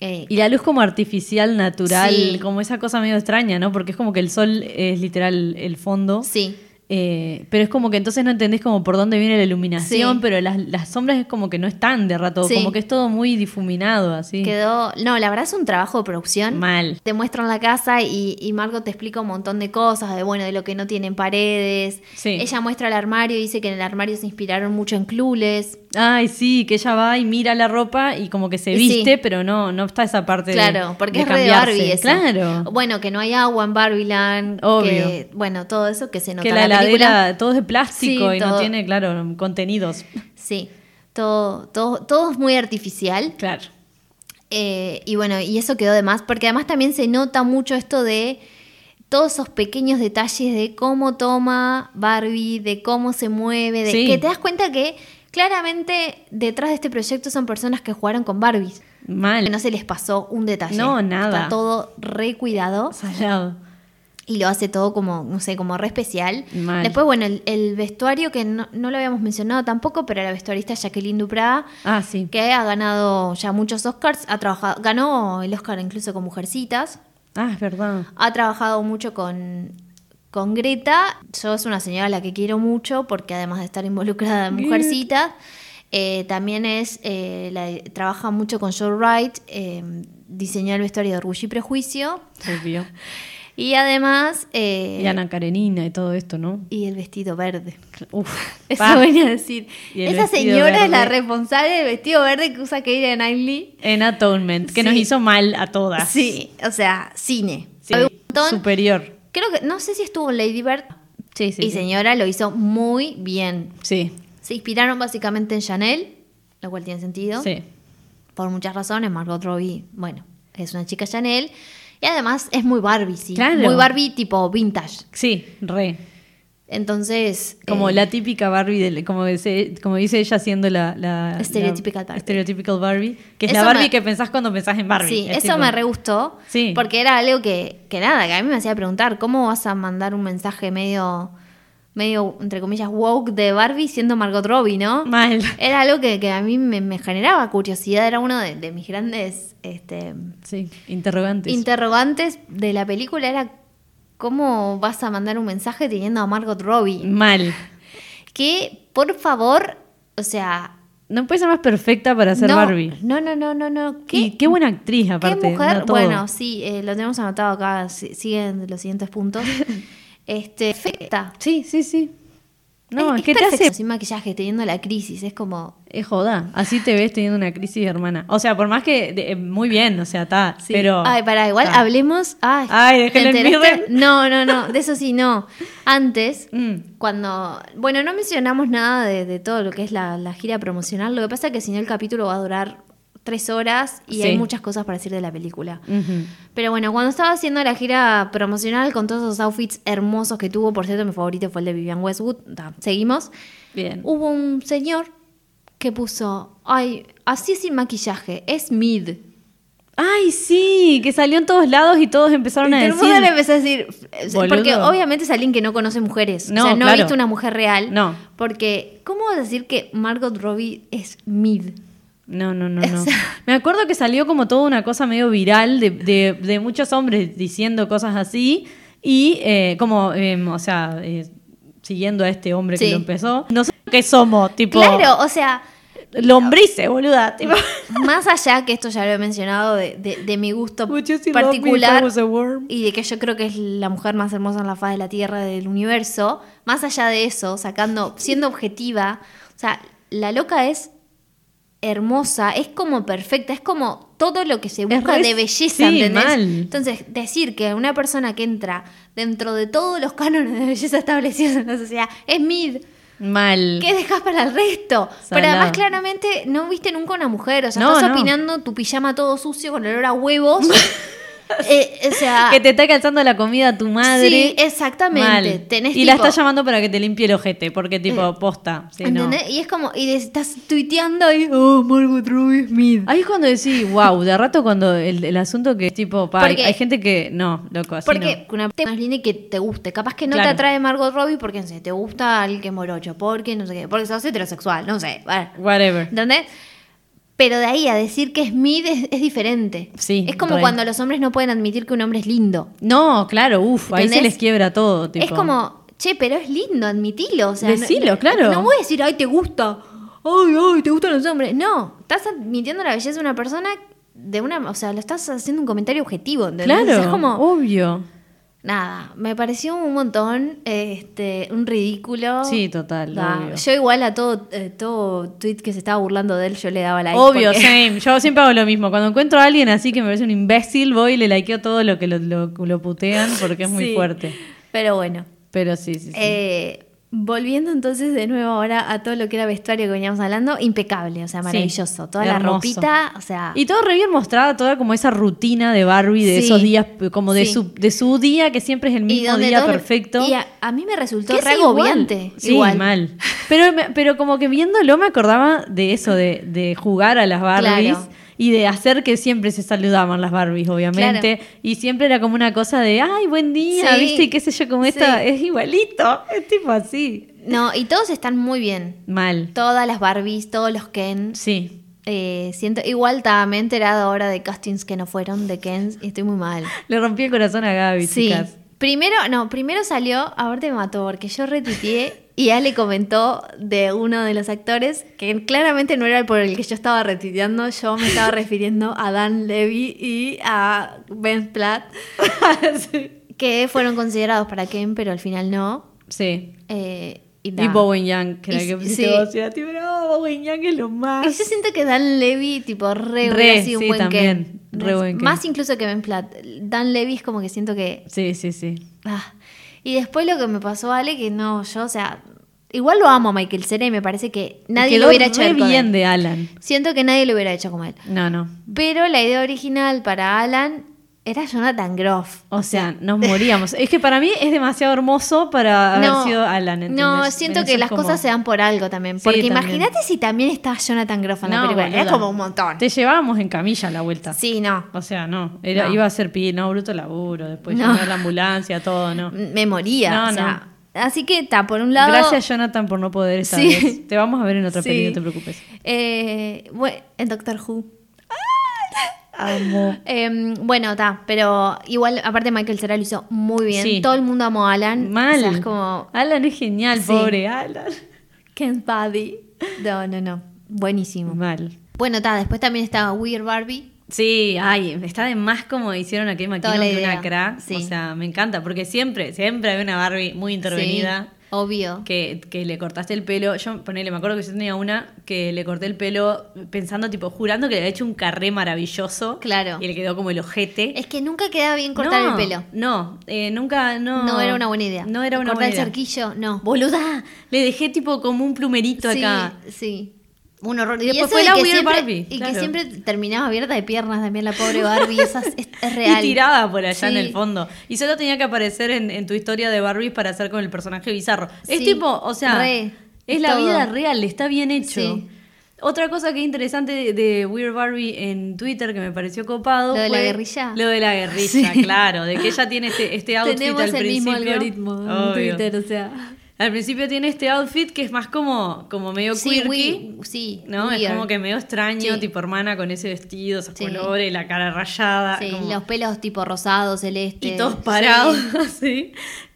Eh,
Y la luz como artificial, natural,
Sí.
como esa cosa medio extraña, ¿no? Porque es como que el sol es literal el fondo.
sí
Eh, pero es como que entonces no entendés como por dónde viene la iluminación,
Sí.
pero las, las sombras es como que no están de rato,
Sí.
como que es todo muy difuminado así.
Quedó, no, la verdad es un trabajo de producción.
Mal.
Te muestran la casa y, y Margot te explica un montón de cosas, de bueno, de lo que no tienen paredes.
Sí.
Ella muestra el armario y dice que en el armario se inspiraron mucho en Clules.
Ay, sí, que ella va y mira la ropa y como que se
Y
viste,
sí.
pero no, no está esa parte de-
Claro, porque
de
es re de
cambiarse.
Barbie eso.
Claro.
Bueno, que no hay agua en Barbieland.
Obvio.
que- bueno, todo eso que se nota
Que
en
la
película.
heladera, todo es de plástico
Sí,
y no
todo.
tiene, claro, contenidos.
Sí, todo, todo, todo es muy artificial.
Claro.
Eh, y bueno, y eso quedó de más, porque además también se nota mucho esto de todos esos pequeños detalles de cómo toma Barbie, de cómo se mueve, de
Sí.
que te das cuenta que claramente detrás de este proyecto son personas que jugaron con Barbies.
Mal.
No se les pasó un detalle.
No, nada.
Está todo re cuidado
Salado.
y lo hace todo como, no sé, como re especial.
Mal.
Después, bueno, el, el vestuario que no, no lo habíamos mencionado tampoco, pero la vestuarista Jacqueline Duprat
Ah, sí.
que ha ganado ya muchos Oscars, ha trabajado, ganó el Oscar incluso con Mujercitas,
Ah, es verdad.
ha trabajado mucho con, con Greta, yo es una señora a la que quiero mucho porque además de estar involucrada en Mujercitas, eh, también es, eh, la- trabaja mucho con Joe Wright, eh, diseñó el vestuario de Orgullo y Prejuicio,
Obvio.
Y además. eh,
Y Ana Karenina y todo esto, ¿no?
y el vestido verde.
Uf,
Eso
pa.
venía a decir.
Y el
Esa
vestido
señora es la
verde.
responsable del vestido verde que usa Keira Knightley.
En Atonement, que
Sí.
nos hizo mal a todas.
Sí, o sea, cine.
Sí,
Hay un montón.
superior.
Creo que, no sé si estuvo en Lady Bird.
Sí, sí.
y
sí.
señora lo hizo muy bien.
Sí,
Se inspiraron básicamente en Chanel, lo cual tiene sentido.
sí.
Por muchas razones, Margot Robbie, bueno, es una chica Chanel. Y además es muy Barbie, sí.
Claro.
Muy Barbie tipo vintage.
Sí, re.
Entonces.
Como
eh,
la típica Barbie, del- como, dice, como dice ella, siendo la. la
Stereotypical Barbie.
Stereotypical Barbie. Que es la
Eso
Barbie
me-
que pensás cuando pensás en Barbie.
Sí,
Es
eso
tipo-
me re gustó.
Sí.
Porque era algo que, que nada, que a mí me hacía preguntar, ¿cómo vas a mandar un mensaje medio, medio, entre comillas, woke de Barbie siendo Margot Robbie, no?
Mal.
Era algo que, que a mí me, me generaba curiosidad, era uno de, de mis grandes este,
Sí, interrogantes.
interrogantes de la película, era cómo vas a mandar un mensaje teniendo a Margot Robbie.
Mal. Mm.
Que, por favor, o sea...
No puede ser más perfecta para ser
no,
Barbie.
No, no, no, no, no. ¿Qué,
Y qué buena actriz, aparte.
¿Qué mujer?
da todo.
Bueno, sí, eh, lo tenemos anotado acá, si- siguen los siguientes puntos. este, perfecta.
Sí, sí, sí. No,
es,
¿qué te hace?
Sin maquillaje, teniendo la crisis, es como...
Es joda. Así te ves teniendo una crisis, hermana. O sea, por más que. de- eh, muy bien, o sea, está. Pero.
Ay, pará, igual
ta.
hablemos... Ay,
Ay, déjalo
¿te
en
enteraste?
mi
No, no, no, de eso sí, no. Antes,
Mm.
cuando... Bueno, no mencionamos nada de, de todo lo que es la, la gira promocional, lo que pasa es que si no el capítulo va a durar tres horas y
Sí.
hay muchas cosas para decir de la película.
Ujú.
Pero bueno, cuando estaba haciendo la gira promocional con todos esos outfits hermosos que tuvo, por cierto, mi favorito fue el de Vivian Westwood, ta, seguimos,
Bien.
hubo un señor que puso, ay, así sin maquillaje, es mid.
Ay, sí, que salió en todos lados y todos empezaron
Y
a
todo el
decir.
mundo le empezó a decir, eh,
Boludo.
porque obviamente es alguien que no conoce mujeres,
No,
o sea, no ha
claro.
visto una mujer real,
No.
porque ¿cómo vas a decir que Margot Robbie es mid?
No, no, no,
O
no.
sea-
Me acuerdo que salió como toda una cosa medio viral de, de- de muchos hombres diciendo cosas así y eh, como, eh, o sea, eh, siguiendo a este hombre que
Sí.
lo empezó. No sé qué somos, tipo...
Claro, o sea,
Lombrice, boluda. Tipo.
más allá que esto ya lo he mencionado de, de- de mi gusto
Would you still love me if I
particular
was a worm?
y de que yo creo que es la mujer más hermosa en la faz de la tierra del universo más allá de eso sacando siendo objetiva o sea la loca es hermosa es como perfecta es como todo lo que se busca
re-
de belleza
sí,
¿entendés?
mal.
entonces decir que una persona que entra dentro de todos los cánones de belleza establecidos en la sociedad es mid
Mal.
¿Qué dejas para el resto? Pero
Salá.
además, claramente, no viste nunca una mujer. O sea,
No,
estás
no.
opinando tu pijama todo sucio con olor a huevos. Eh, o sea.
Que te está calzando la comida a tu madre.
Sí, exactamente.
Mal.
Tenés
y la
tipo- Eh,
está llamando para que te limpie el ojete, porque tipo, posta. sí, no.
¿Entendés? Y es como. Y de- estás tuiteando y. Oh, Margot Robbie Smith.
Ahí es cuando decís, wow, de rato cuando el, el asunto que es tipo, pa,
Porque-
hay, hay gente que, no, loco, así
Porque una parte más linda y que te guste. Capaz que no
Claro.
te atrae Margot Robbie porque no sé, te gusta el que es morocho, porque no sé qué, porque sos heterosexual, no sé. bueno.
no. Whatever.
¿Entendés? Pero de ahí a decir que es mid es, es diferente.
Sí,
Es como
re.
cuando los hombres no pueden admitir que un hombre es lindo.
No, claro, uff, ahí se
¿Entendés?
les quiebra todo. Tipo.
Es como, che, pero es lindo, admitilo. O sea, no-
Decilo,
no,
claro.
No voy a decir, ay, te gusta. Ay, ay, te gustan los hombres. No, estás admitiendo la belleza de una persona de una. O sea, lo estás haciendo un comentario objetivo. ¿entendés?
Claro,
O sea, es como.
obvio.
Nada, me pareció un montón, este, un ridículo.
Sí, total,
Da,
obvio.
Yo igual a todo, eh, todo tweet que se estaba burlando de él, yo le daba like. porque-
obvio, same. Yo siempre hago lo mismo. Cuando encuentro a alguien así que me parece un imbécil, voy y le likeo todo lo que lo, lo- lo putean porque es muy
Sí.
fuerte.
Pero bueno.
Pero sí, sí, sí.
Eh, volviendo entonces de nuevo ahora a todo lo que era vestuario que veníamos hablando, impecable, o sea, maravilloso.
Sí,
Toda la
hermoso.
ropita, o sea.
Y todo re bien mostrada, toda como esa rutina de Barbie, de
Ah. Sí.
esos días, como de,
Sí.
su, de su día, que siempre es el
y
mismo
donde
día
todo-
perfecto.
Y a, a mí me resultó
Que es
re
igual.
agobiante.
Sí,
igual.
mal. Pero, me- pero como que viéndolo me acordaba de eso, de, de jugar a las Barbies.
Claro.
Y de hacer que siempre se saludaban las Barbies, obviamente. Y siempre era como una cosa de, ay, buen día,
Sí.
viste, y qué sé yo, como esta,
Sí.
es igualito, es tipo así.
No, y todos están muy bien.
Mal.
Todas las Barbies, todos los Ken.
Sí.
Eh, siento, igual ta, me he enterado ahora de castings que no fueron de Ken y estoy muy mal.
Le rompí el corazón a Gaby,
Sí.
chicas.
Primero, no, primero salió, ahora te mató, porque yo retuiteé y Ale comentó de uno de los actores que claramente no era el por el que yo estaba retuiteando, yo me estaba refiriendo a Dan Levy y a Ben Platt. que fueron considerados para Ken, pero al final no.
Sí.
Eh, y,
Y
nada.
Bowen Young, que era
Y-
que pusiste
sí.
vos, y era tipo, no, Bowen Young es lo más.
Y yo siento que Dan Levy, tipo, re,
Re,
hubiera sido un
sí,
buen
también.
Ken.
Re buen Ken.
Más incluso que Ben Platt. Dan Levy es como que siento que.
Sí, sí, sí.
ah. Y después lo que me pasó, Ale, que no, yo, o sea. Igual lo amo a Michael Cera y me parece que nadie
Quedó
lo hubiera hecho
re
él con
bien
él.
de Alan.
Siento que nadie lo hubiera hecho como él.
No, no.
Pero la idea original para Alan era Jonathan Groff.
O sea, nos moríamos. Es que para mí es demasiado hermoso para haber sido Alan. ¿entendés?
no, siento
Eso
que
es
las
como-
cosas se dan por algo también.
Sí,
Porque
también.
imagínate si también estaba Jonathan Groff en la
No,
película. Era
boluda.
como un montón.
Te llevábamos en camilla a la vuelta.
Sí, no.
O sea, no. Era,
No.
Iba a ser pi, no, bruto laburo. Después
No.
llamar a la ambulancia, todo, no.
Me moría.
No,
o sea, Así que está, por un lado.
Gracias, Jonathan, por no poder estar.
Sí.
Te vamos a ver en otra
Sí.
peli, no te preocupes.
Eh, bue- en Doctor Who.
Amo.
Eh, bueno, está, pero igual, aparte Michael Cera lo hizo muy bien.
Sí.
Todo el mundo amó a Alan.
Mal.
O sea, es como
Alan es genial,
Sí.
pobre Alan.
Ken's Buddy. No, no, no. Buenísimo.
Mal.
Bueno, está, después también estaba Weird Barbie.
Sí, ay, está de más como hicieron a Kate
Toda
McKinnon
la
de
idea,
una cra.
sí.
O sea, me encanta, porque siempre, siempre hay una Barbie muy intervenida.
Sí, obvio.
Que, que le cortaste el pelo. Yo, ponele, me acuerdo que yo tenía una que le corté el pelo pensando, tipo, jurando que le había hecho un carré maravilloso.
Claro.
Y le quedó como el ojete.
Es que nunca quedaba bien cortar
No,
el pelo.
No, eh, nunca, no.
No, era una buena idea.
No era una
cortar
buena idea.
el cerquillo, no.
Boluda, le dejé tipo como un plumerito
sí,
acá.
sí.
Un horror.
Y
Y después
eso
fue
de
la
que
Weird
siempre-
Barbie.
Y
claro.
que siempre terminaba abierta de piernas también la pobre Barbie. Esas, es, es real.
Y tirada por allá en
Sí.
el fondo. Y solo tenía que aparecer en, en tu historia de Barbies para hacer con el personaje bizarro. Es
Sí,
tipo, o sea,
re,
es la
todo.
vida real, está bien hecho.
Sí.
Otra cosa que es interesante de, de Weird Barbie en Twitter que me pareció copado.
Lo de la
fue
guerrilla.
Lo de la guerrilla, claro. De que ella tiene este, este outfit
Tenemos
al
el
principio.
mismo algoritmo en
Obvio.
Twitter, o sea.
Al principio tiene este outfit que es más como, como medio
Sí,
quirky.
we- sí,
¿no? Es
weird.
como que medio extraño,
Sí.
tipo hermana con ese vestido, esos
Sí.
colores, la cara rayada.
Sí,
como-
los pelos tipo rosado, celeste.
y todos parados,
Sí.
así.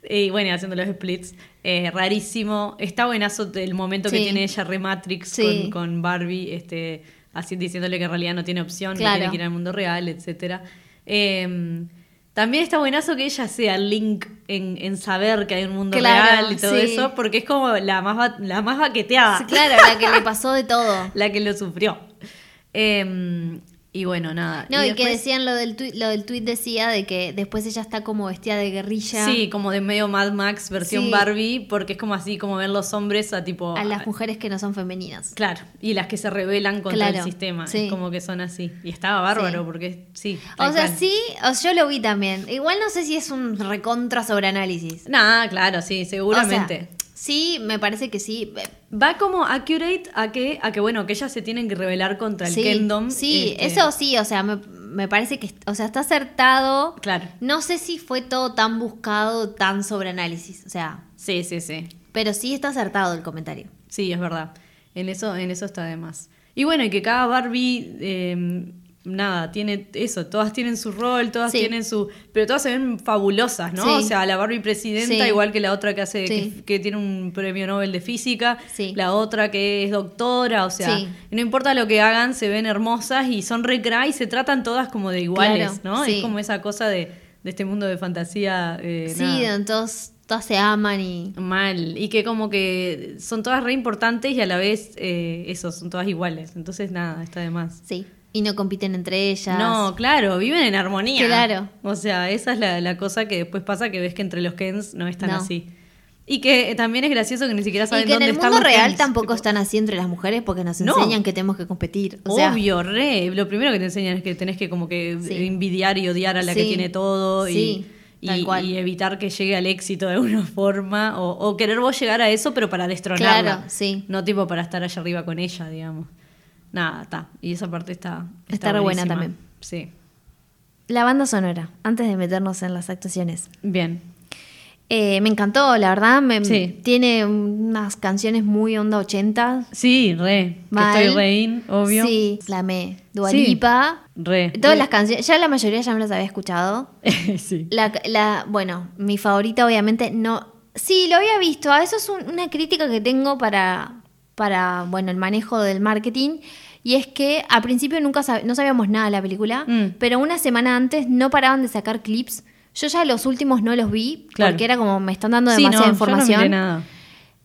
Y bueno, haciendo los splits. Eh, rarísimo. Está buenazo el momento que
Sí.
tiene ella Rematrix
Sí.
con, con Barbie, este, así diciéndole que en realidad no tiene opción,
Claro.
que tiene que ir al mundo real, etcétera Eh, también está buenazo que ella sea link en, en saber que hay un mundo
Claro,
real y todo
sí.
eso, porque es como la más, ba- la más baqueteada
Sí, Claro, la que le pasó de todo.
la que lo sufrió. Eh, y bueno, nada.
No, y, que
después-
decían lo del tuit, lo del tuit decía de que después ella está como vestida de guerrilla.
Sí, como de medio Mad Max versión
Sí.
Barbie, porque es como así, como ven los hombres a tipo...
A las mujeres que no son femeninas.
Claro, y las que se rebelan contra el
Claro,
sistema,
sí.
es como que son así. Y estaba bárbaro,
Sí.
porque sí.
O
tal
sea,
cual.
sí, o sea, yo lo vi también. Igual no sé si es un recontra sobreanálisis.
Nah, claro, sí, seguramente.
O sea, sí, me parece que sí.
Va como accurate a que, a que, bueno, que ellas se tienen que rebelar contra
Sí,
el Kingdom. este,
sí, eso sí, o sea, me, me parece que, o sea, está acertado.
Claro.
No sé si fue todo tan buscado, tan sobreanálisis, o sea,
Sí, sí, sí.
pero sí está acertado el comentario.
Sí, es verdad. En eso, en eso está de más. Y bueno, y que cada Barbie, eh, nada, tiene eso, todas tienen su rol, todas
Sí.
tienen su. Pero todas se ven fabulosas, ¿no?
Sí.
O sea, la Barbie presidenta,
Sí.
igual que la otra que hace,
Sí.
que, que tiene un premio Nobel de física,
Sí.
la otra que es doctora, o sea,
Sí.
no importa lo que hagan, se ven hermosas y son re cra y se tratan todas como de iguales,
Claro,
¿no?
sí.
Es como esa cosa de, de este mundo de fantasía. eh,
sí,
nada.
entonces todas se aman y...
Mal, y que como que son todas re importantes y a la vez eh, eso, son todas iguales. Entonces nada, está de más.
Sí, y no compiten entre ellas.
No, claro, viven en armonía.
Claro.
O sea, esa es la, la cosa que después pasa que ves que entre los Kens no están
No.
así. Y que eh, también es gracioso que ni siquiera
Y
saben
que en
dónde
el
están
mundo
los
real
Kens.
tampoco
Tipo,
están así entre las mujeres porque nos
No.
enseñan que tenemos que competir. O sea,
Obvio, re. Lo primero que te enseñan es que tenés que como que
Sí.
envidiar y odiar a la que
Sí.
tiene todo y,
Sí,
y-
tal cual.
y evitar que llegue al éxito de alguna forma o, o querer vos llegar a eso pero para destronarla.
Claro, sí.
No tipo para estar allá arriba con ella, digamos. Nada, está. Y esa parte está...
Está re buena
buenísima.
también.
Sí.
La banda sonora, antes de meternos en las actuaciones.
Bien.
Eh, me encantó, la verdad. me-
Sí.
Tiene unas canciones muy onda 80.
Sí, re. Que
mal.
estoy re in, obvio.
Sí, la amé. Dua
Sí.
Lipa.
Re.
Todas las canciones, ya la mayoría ya me las había escuchado.
sí.
La, la- bueno, mi favorita obviamente no... Sí, lo había visto. A eso es un- una crítica que tengo para, para, bueno, el manejo del marketing. Y es que al principio nunca sab- no sabíamos nada de la película,
Mm.
pero una semana antes no paraban de sacar clips. Yo ya los últimos no los vi,
Claro.
porque era como me están dando
Sí,
demasiada
no, yo no
información.
miré nada.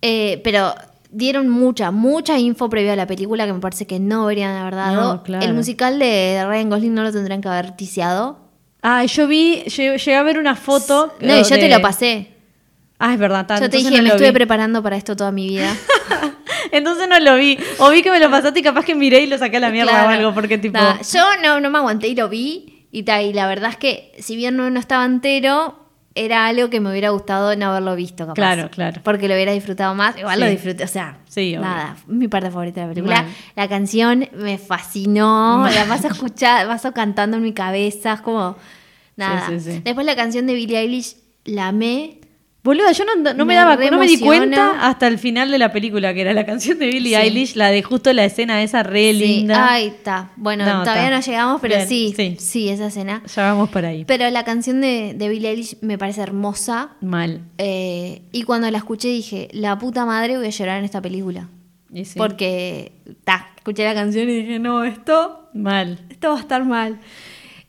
Eh, pero dieron mucha, mucha info previa a la película que me parece que no deberían haber dado.
No, claro.
El musical de Ryan Gosling no lo tendrían que haber ticiado.
Ah, yo vi, lle- llegué a ver una foto. eh,
No, y yo
de-
te lo pasé.
Ah, es verdad. ta,
Yo te
entonces
dije,
no
me
lo
estuve
vi.
preparando para esto toda mi vida.
Entonces no lo vi. O vi que me lo pasaste y capaz que miré y lo saqué a la mierda
Claro.
o algo, porque tipo.
Nah, yo no, no me aguanté y lo vi. Y, ta, y la verdad es que, si bien no, no estaba entero, era algo que me hubiera gustado no haberlo visto, capaz.
Claro, claro.
Porque lo hubiera disfrutado más. Igual
Sí.
lo disfruté, o sea,
Sí, obvio.
nada. Mi parte favorita de la película.
Mal.
La canción me fascinó. La vas a escuchar, vas a cantando en mi cabeza. Es como. Nada.
Sí, sí, sí.
Después la canción de Billie Eilish, la amé.
Boluda, yo no, no me
Me
daba, no me di
reemociona.
cuenta hasta el final de la película, que era la canción de
Sí.
Billie Eilish, la de justo la escena esa re
Sí.
linda.
Ay, está. Bueno,
No,
todavía
ta.
no llegamos, pero
Bien,
sí,
sí.
sí. esa escena.
Ya vamos para ahí.
Pero la canción de, de Billie Eilish me parece hermosa.
Mal.
eh, y cuando la escuché dije, la puta madre voy a llorar en esta película.
Y sí.
Porque, ta, escuché la canción y dije, no, esto,
Mal.
esto va a estar mal.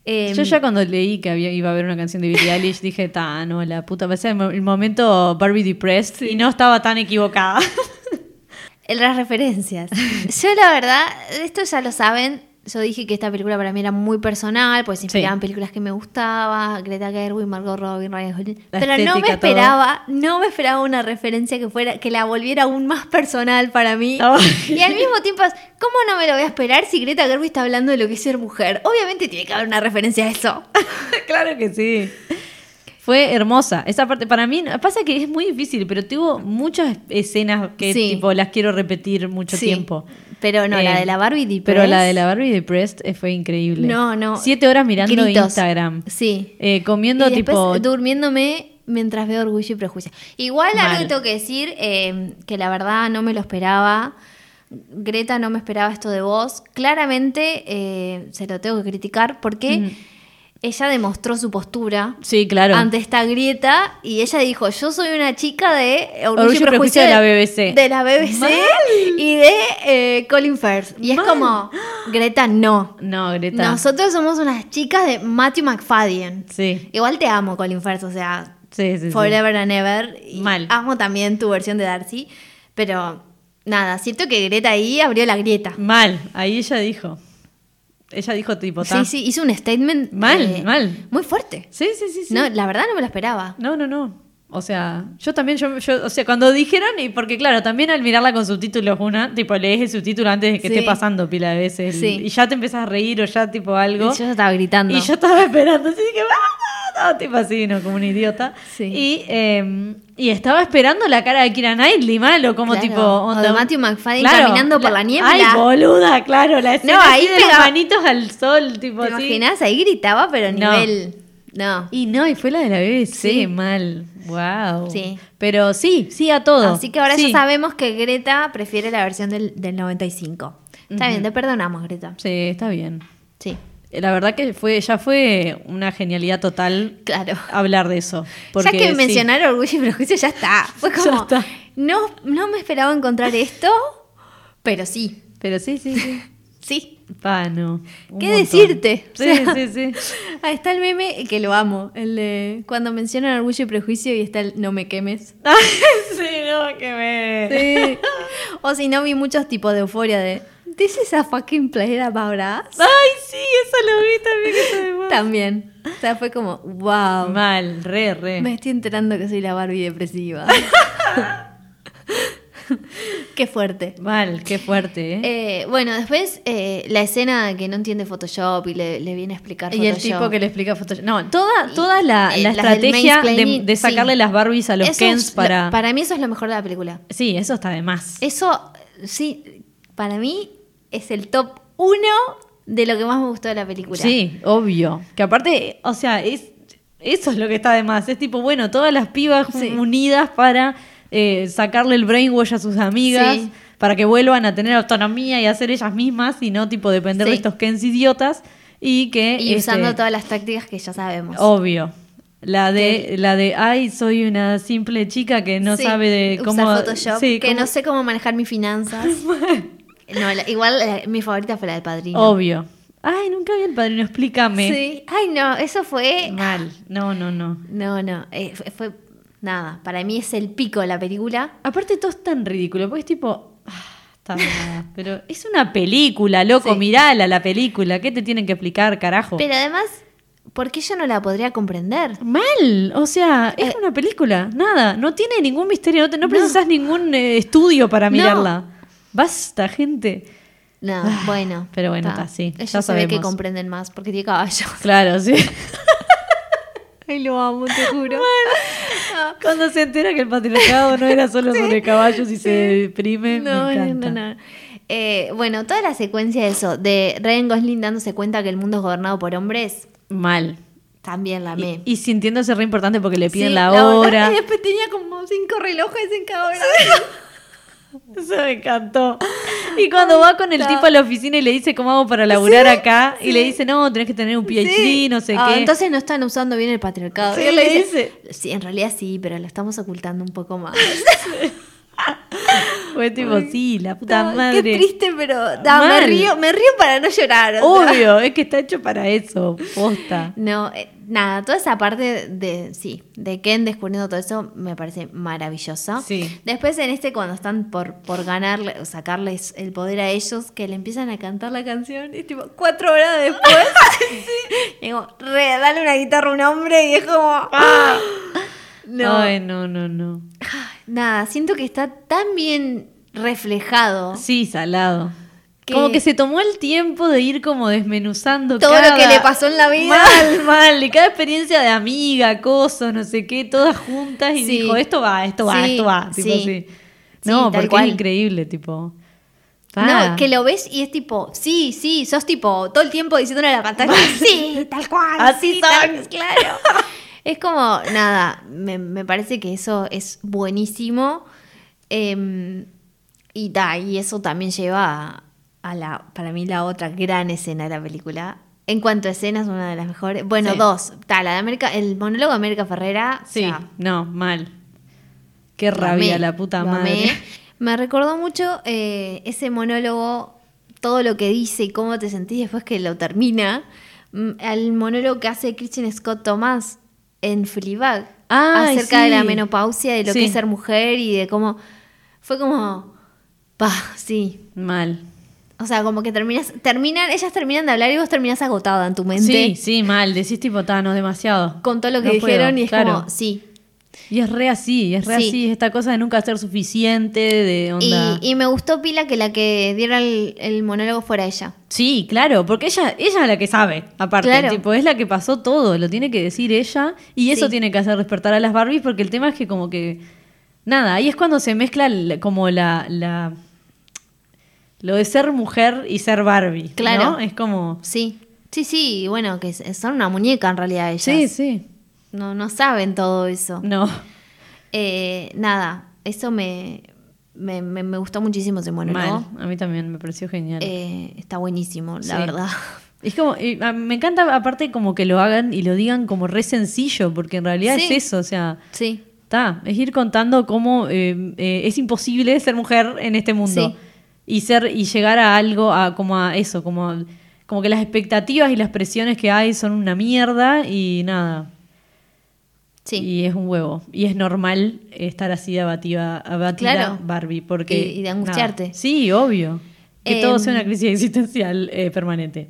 Em,
Yo ya cuando leí que había, iba a haber una canción de Billie Eilish dije, ta, no, la puta, pasé el, mo- el momento Barbie Depressed y no estaba tan equivocada.
en las referencias. yo la verdad, esto ya lo saben, yo dije que esta película para mí era muy personal, pues se inspiraba
Sí.
en películas que me gustaba, Greta Gerwig, Margot Robbie, Ryan Gosling,
La
pero no me
estética, todo.
esperaba, no me esperaba una referencia que fuera que la volviera aún más personal para mí.
No.
Y al mismo tiempo, ¿cómo no me lo voy a esperar si Greta Gerwig está hablando de lo que es ser mujer? Obviamente tiene que haber una referencia a eso.
claro que sí. Fue hermosa. Esa parte para mí, pasa que es muy difícil, pero tuvo muchas escenas que
Sí.
tipo las quiero repetir mucho
Sí.
tiempo.
Pero no, la
Eh,
de la Barbie Deep
Pero
Press,
la de la Barbie Depressed eh, fue increíble.
No, no.
Siete horas mirando
Gritos.
Instagram.
Sí.
Eh, comiendo
Y después,
tipo.
durmiéndome mientras veo Orgullo y Prejuicio. Igual algo
Mal.
que tengo que decir, eh, que la verdad no me lo esperaba. Greta no me esperaba esto de vos. Claramente eh, se lo tengo que criticar porque ella demostró su postura
Sí, claro.
ante esta grieta y ella dijo, yo soy una chica de Orgullo,
Orgullo y Prejuicio de la BBC.
De la BBC
Mal.
y de eh, Colin Firth. Y
Mal.
es como, Greta, no.
No, Greta.
Nosotros somos unas chicas de Matthew McFadden.
Sí.
Igual te amo, Colin Firth, o sea,
Sí, sí, sí.
forever and ever. Y
Mal.
Amo también tu versión de Darcy, pero nada, siento que Greta ahí abrió la grieta.
Mal. Ahí ella dijo. Ella dijo tipo.
Sí,
ta.
sí, hizo un statement. eh,
Mal, mal.
Muy fuerte.
Sí, sí, sí. sí.
No, la verdad no me lo esperaba.
No, no, no. O sea, yo también, yo, yo- o sea, cuando dijeron, y porque claro, también al mirarla con subtítulos una, tipo, lees el subtítulo antes de que
Sí.
esté pasando pila de veces.
Sí.
Y ya te empiezas a reír o ya tipo algo.
Y yo ya estaba gritando.
Y yo estaba esperando, así que ¡vamos! No, tipo así, ¿no? Como un idiota.
Sí.
Y, eh, y estaba esperando la cara de Kira Knightley, malo, como
Claro.
tipo.
O de Matthew McFadden caminando por la niebla.
Ay, boluda, claro, la escena
No,
ahí
ahí
de las
pegaba-
manitos al sol, tipo
¿Te
así.
imaginas? Ahí gritaba, pero a
No.
nivel. No.
Y no, y fue la de la BBC,
Sí.
mal. Wow.
Sí.
Pero sí, sí a todo.
Así que ahora
Sí.
ya sabemos que Greta prefiere la versión del, del 95. Está bien, te perdonamos, Greta.
Sí, está bien.
Sí,
Eh, La verdad que fue, ya fue una genialidad total
claro.
hablar de eso. Porque,
ya que
sí.
mencionar orgullo y prejuicio, ya está. Fue
Ya
como,
está.
No, no me esperaba encontrar esto, pero sí,
Pero sí, sí, sí.
sí.
Pano. un
¿Qué
montón.
decirte?
Sí,
O sea,
sí, sí.
Ahí Ah, está el meme que lo amo, el de cuando mencionan orgullo y prejuicio y está el no me quemes.
Ay, sí, no, que me.
o si no, vi muchos tipos de euforia de This is a fucking play about us.
Ay, sí, eso lo vi también. que está de moda.
También. O sea, fue como, wow.
Mal, re, re.
Me estoy enterando que soy la Barbie depresiva. Qué fuerte.
Mal, qué fuerte, ¿eh?
Eh, bueno, después eh, la escena que no entiende Photoshop y le, le viene a explicar
Y
Photoshop.
el tipo que le explica Photoshop. No, toda, toda la,
Eh,
la
las del
estrategia de,
mansplaining,
de sacarle
sí.
las Barbies a los
Eso
Kens
es lo-
para...
Para mí eso es lo mejor de la película.
Sí, eso está de más.
Eso, sí, para mí es el top uno de lo que más me gustó de la película.
Sí, obvio. Que aparte, o sea, es eso es lo que está de más. Es tipo, bueno, todas las pibas
Sí.
unidas para eh, sacarle el brainwash a sus amigas,
Sí.
para que vuelvan a tener autonomía y hacer ellas mismas y no tipo depender de
Sí.
estos Kens idiotas. Y que...
Y usando
este,
todas las tácticas que ya sabemos.
Obvio. La de, la de, ay, soy una simple chica que no
Sí,
sabe de
usar
cómo...
Photoshop,
sí,
que
cómo-
no sé cómo manejar mis finanzas. no, la- igual eh, mi favorita fue la del padrino.
Obvio. Ay, nunca vi el padrino, explícame.
Sí. Ay, no, eso fue.
Mal. No, no, no.
No, no. eh, fue, fue- Nada. Para mí es el pico de la película.
Aparte todo es tan ridículo, porque es tipo, ah, está mal, pero es una película, loco,
Sí.
mirala la película, ¿qué te tienen que explicar, carajo?
Pero además, ¿por qué yo no la podría comprender?
Mal, o sea, es
Eh,
una película, nada, no tiene ningún misterio, no, te- no precisas ningún eh, estudio para
No.
mirarla. Basta, gente.
No,
Ah,
bueno.
pero bueno,
ta.
ta, sí,
Ellos
ya
se ve que
sabemos.
comprenden más porque tiene caballos.
Claro, sí.
Ay, lo amo, te juro.
Cuando se entera que el patriarcado no era solo sobre caballos y se deprime,
No,
me
no,
encanta.
no, no. Eh, bueno, toda la secuencia de eso, de Ryan Gosling dándose cuenta que el mundo es gobernado por hombres,
Mal.
también la
Y,
amé.
y sintiéndose re importante porque le piden
Sí,
la
la
hora.
Y después tenía como cinco relojes en cada hora.
Eso me encantó. Y cuando va con el
No.
tipo a la oficina y le dice cómo hago para laburar
Sí,
acá, y
sí.
le dice, no, tenés que tener un PhD,
Sí.
no sé
Ah,
qué.
Entonces no están usando bien el patriarcado.
Sí,
Y él le
le
dice, Sí, en realidad sí, pero lo estamos ocultando un poco más.
Fue tipo, sí, la puta
Ay,
madre.
Qué triste, pero da, me
Mal.
río, me río para no llorar. o sea.
Obvio, es que está hecho para eso. Posta.
No, eh, nada, toda esa parte de, sí, de Ken descubriendo todo eso me parece maravillosa.
Sí.
Después en este cuando están por, por ganarle, o sacarles el poder a ellos, que le empiezan a cantar la canción y tipo cuatro horas después, y digo, re, dale una guitarra a un hombre y es como... ¡ah! No,
Ay, no, no, no.
nada, siento que está tan bien reflejado
Sí, salado.
Que-
Como que se tomó el tiempo de ir como desmenuzando
todo lo
cada-
que le pasó en la vida.
Mal, mal. Y cada experiencia de amiga, cosas, no sé qué, todas juntas. Y
Sí.
dijo, esto va, esto va,
Sí,
esto va. Tipo
sí. Sí,
así. No,
tal
porque
cual.
es increíble, tipo.
No,
Ah.
que lo ves y es tipo, sí, sí, sos tipo todo el tiempo diciéndole a la pantalla, sí, tal cual,
Así
sí, tal-
son.
claro. Es como, nada, me, me parece que eso es buenísimo. Em, y, da, y eso también lleva a, a la, para mí, la otra gran escena de la película. En cuanto a escenas, una de las mejores. Bueno,
Sí.
dos. Ta, la de América, el monólogo de América Ferrera. o
Sí,
sea,
no, mal. Qué
lo
rabia
amé,
la puta
lo
madre.
amé. Me recordó mucho eh, ese monólogo, todo lo que dice y cómo te sentís después que lo termina, mm, al monólogo que hace Christian Scott Thomas en Fleabag
Ay,
acerca de
sí.
la menopausia, de lo
Sí.
que es ser mujer y de cómo fue como, pa, sí.
Mal.
O sea, como que terminas, terminan, ellas terminan de hablar y vos terminás agotada en tu mente
Sí, sí, mal. Decís tipo, Tano, demasiado.
con todo lo que
No puedo,
dijeron y es
claro.
como, sí,
Y es re así, es re
Sí.
así. es Esta cosa de nunca ser suficiente, de
Y,
onda.
y me gustó pila que la que diera el, el monólogo fuera ella.
Sí, claro, porque ella, ella es la que sabe, aparte,
Claro.
tipo, es la que pasó todo, lo tiene que decir ella, y eso
Sí.
tiene que hacer despertar a las Barbies, porque el tema es que como que, nada, ahí es cuando se mezcla el- como la, la- lo de ser mujer y ser Barbie, ¿no?
Claro.
Es como,
Sí. Sí, sí, bueno, que s- son una muñeca en realidad ellas.
sí, sí,
No, no saben todo eso.
no,
Eh, nada, eso me, me, me- me gustó muchísimo ese monólogo.
mal, a mí también me pareció genial.
Eh, está buenísimo, la
Sí.
verdad.
Es como, y, a- me encanta aparte como que lo hagan y lo digan como re sencillo, porque en realidad
Sí.
es eso, o sea...
Sí,
Está, es ir contando cómo eh, eh, es imposible ser mujer en este mundo.
Sí.
Y ser, y llegar a algo, a como a eso, como, a- como que las expectativas y las presiones que hay son una mierda y nada.
sí.
Y es un huevo. Y es normal estar así de abatida, abatida
Claro.
Barbie. Porque,
Y- y de angustiarte.
nada. Sí, obvio. Que
Em,
todo sea una crisis existencial eh, permanente.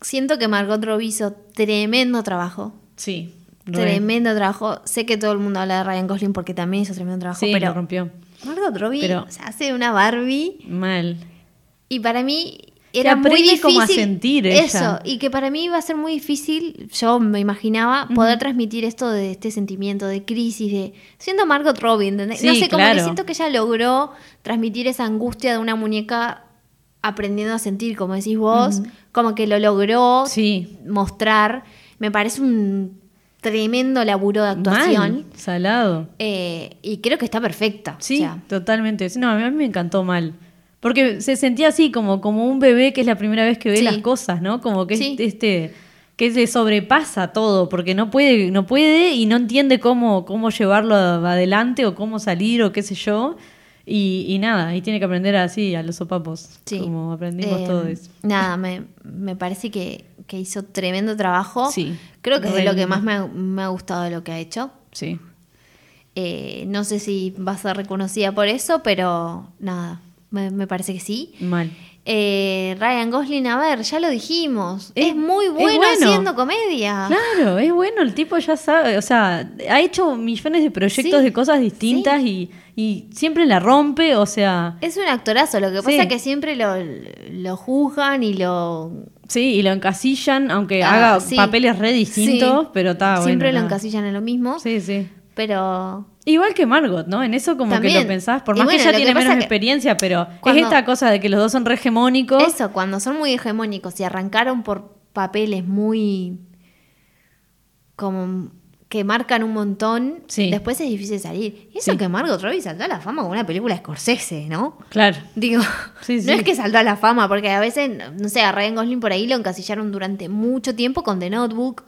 Siento que Margot Robbie hizo tremendo trabajo.
Sí. re.
Tremendo trabajo. Sé que todo el mundo habla de Ryan Gosling porque también hizo tremendo trabajo,
Sí,
pero
lo rompió.
Margot Robbie
Pero-
o sea, hace una Barbie
Mal.
Y para mí
Que
era muy
aprende
difícil
como a sentir ella.
eso y que para mí iba a ser muy difícil, yo me imaginaba poder transmitir esto de este sentimiento de crisis de siendo Margot Robbie, ¿entendés? no
Sí,
sé cómo que
claro.
siento que ella logró transmitir esa angustia de una muñeca aprendiendo a sentir, como decís vos, como que lo logró
Sí.
mostrar. Me parece un tremendo laburo de actuación.
Mal. Salado.
Eh, y creo que está perfecta. O
Sí,
sea,
totalmente. Sí, No, a mí me encantó mal. Porque se sentía así, como, como un bebé que es la primera vez que ve
Sí.
las cosas, ¿no? Como que es-
Sí.
este que se sobrepasa todo, porque no puede, no puede y no entiende cómo, cómo llevarlo a- adelante o cómo salir o qué sé yo. Y, y nada, y tiene que aprender así a los sopapos,
Sí.
como aprendimos
Eh,
todos.
Nada, me, me parece que, que hizo tremendo trabajo.
Sí.
Creo que es de
Re
lo que
lindo.
más me ha, me ha gustado de lo que ha hecho.
Sí.
Eh, no sé si va a ser reconocida por eso, pero nada, me, me parece que sí.
Mal.
Eh, Ryan Gosling, a ver, ya lo dijimos,
Eh,
es muy
es
bueno,
bueno.
haciendo comedia.
Claro, es bueno, el tipo ya sabe, o sea, ha hecho millones de proyectos
Sí,
de cosas distintas y, y siempre la rompe, o sea,
Es un actorazo, lo que pasa
Sí.
es que siempre lo, lo juzgan y lo...
sí, y lo encasillan, aunque
Ah,
haga
sí.
papeles re distintos,
Sí.
pero está bueno.
Siempre lo
nada.
encasillan en lo mismo,
Sí, sí.
pero
Igual que Margot, ¿no? En eso como que
También.
lo pensás, por
Y
más
bueno,
que
lo
ella
que
tiene
pasa
menos
que-
experiencia, pero
Cuando-
es esta cosa de que los dos son re hegemónicos.
Eso, cuando son muy hegemónicos y arrancaron por papeles muy. como. que marcan un montón,
Sí.
después es difícil salir. Y eso
Sí.
que Margot Robbie saltó a la fama con una película de Scorsese, ¿no?
Claro.
Digo,
Sí, sí.
no es que saltó a la fama, porque a veces, no sé, a Ryan Gosling por ahí lo encasillaron durante mucho tiempo con The Notebook.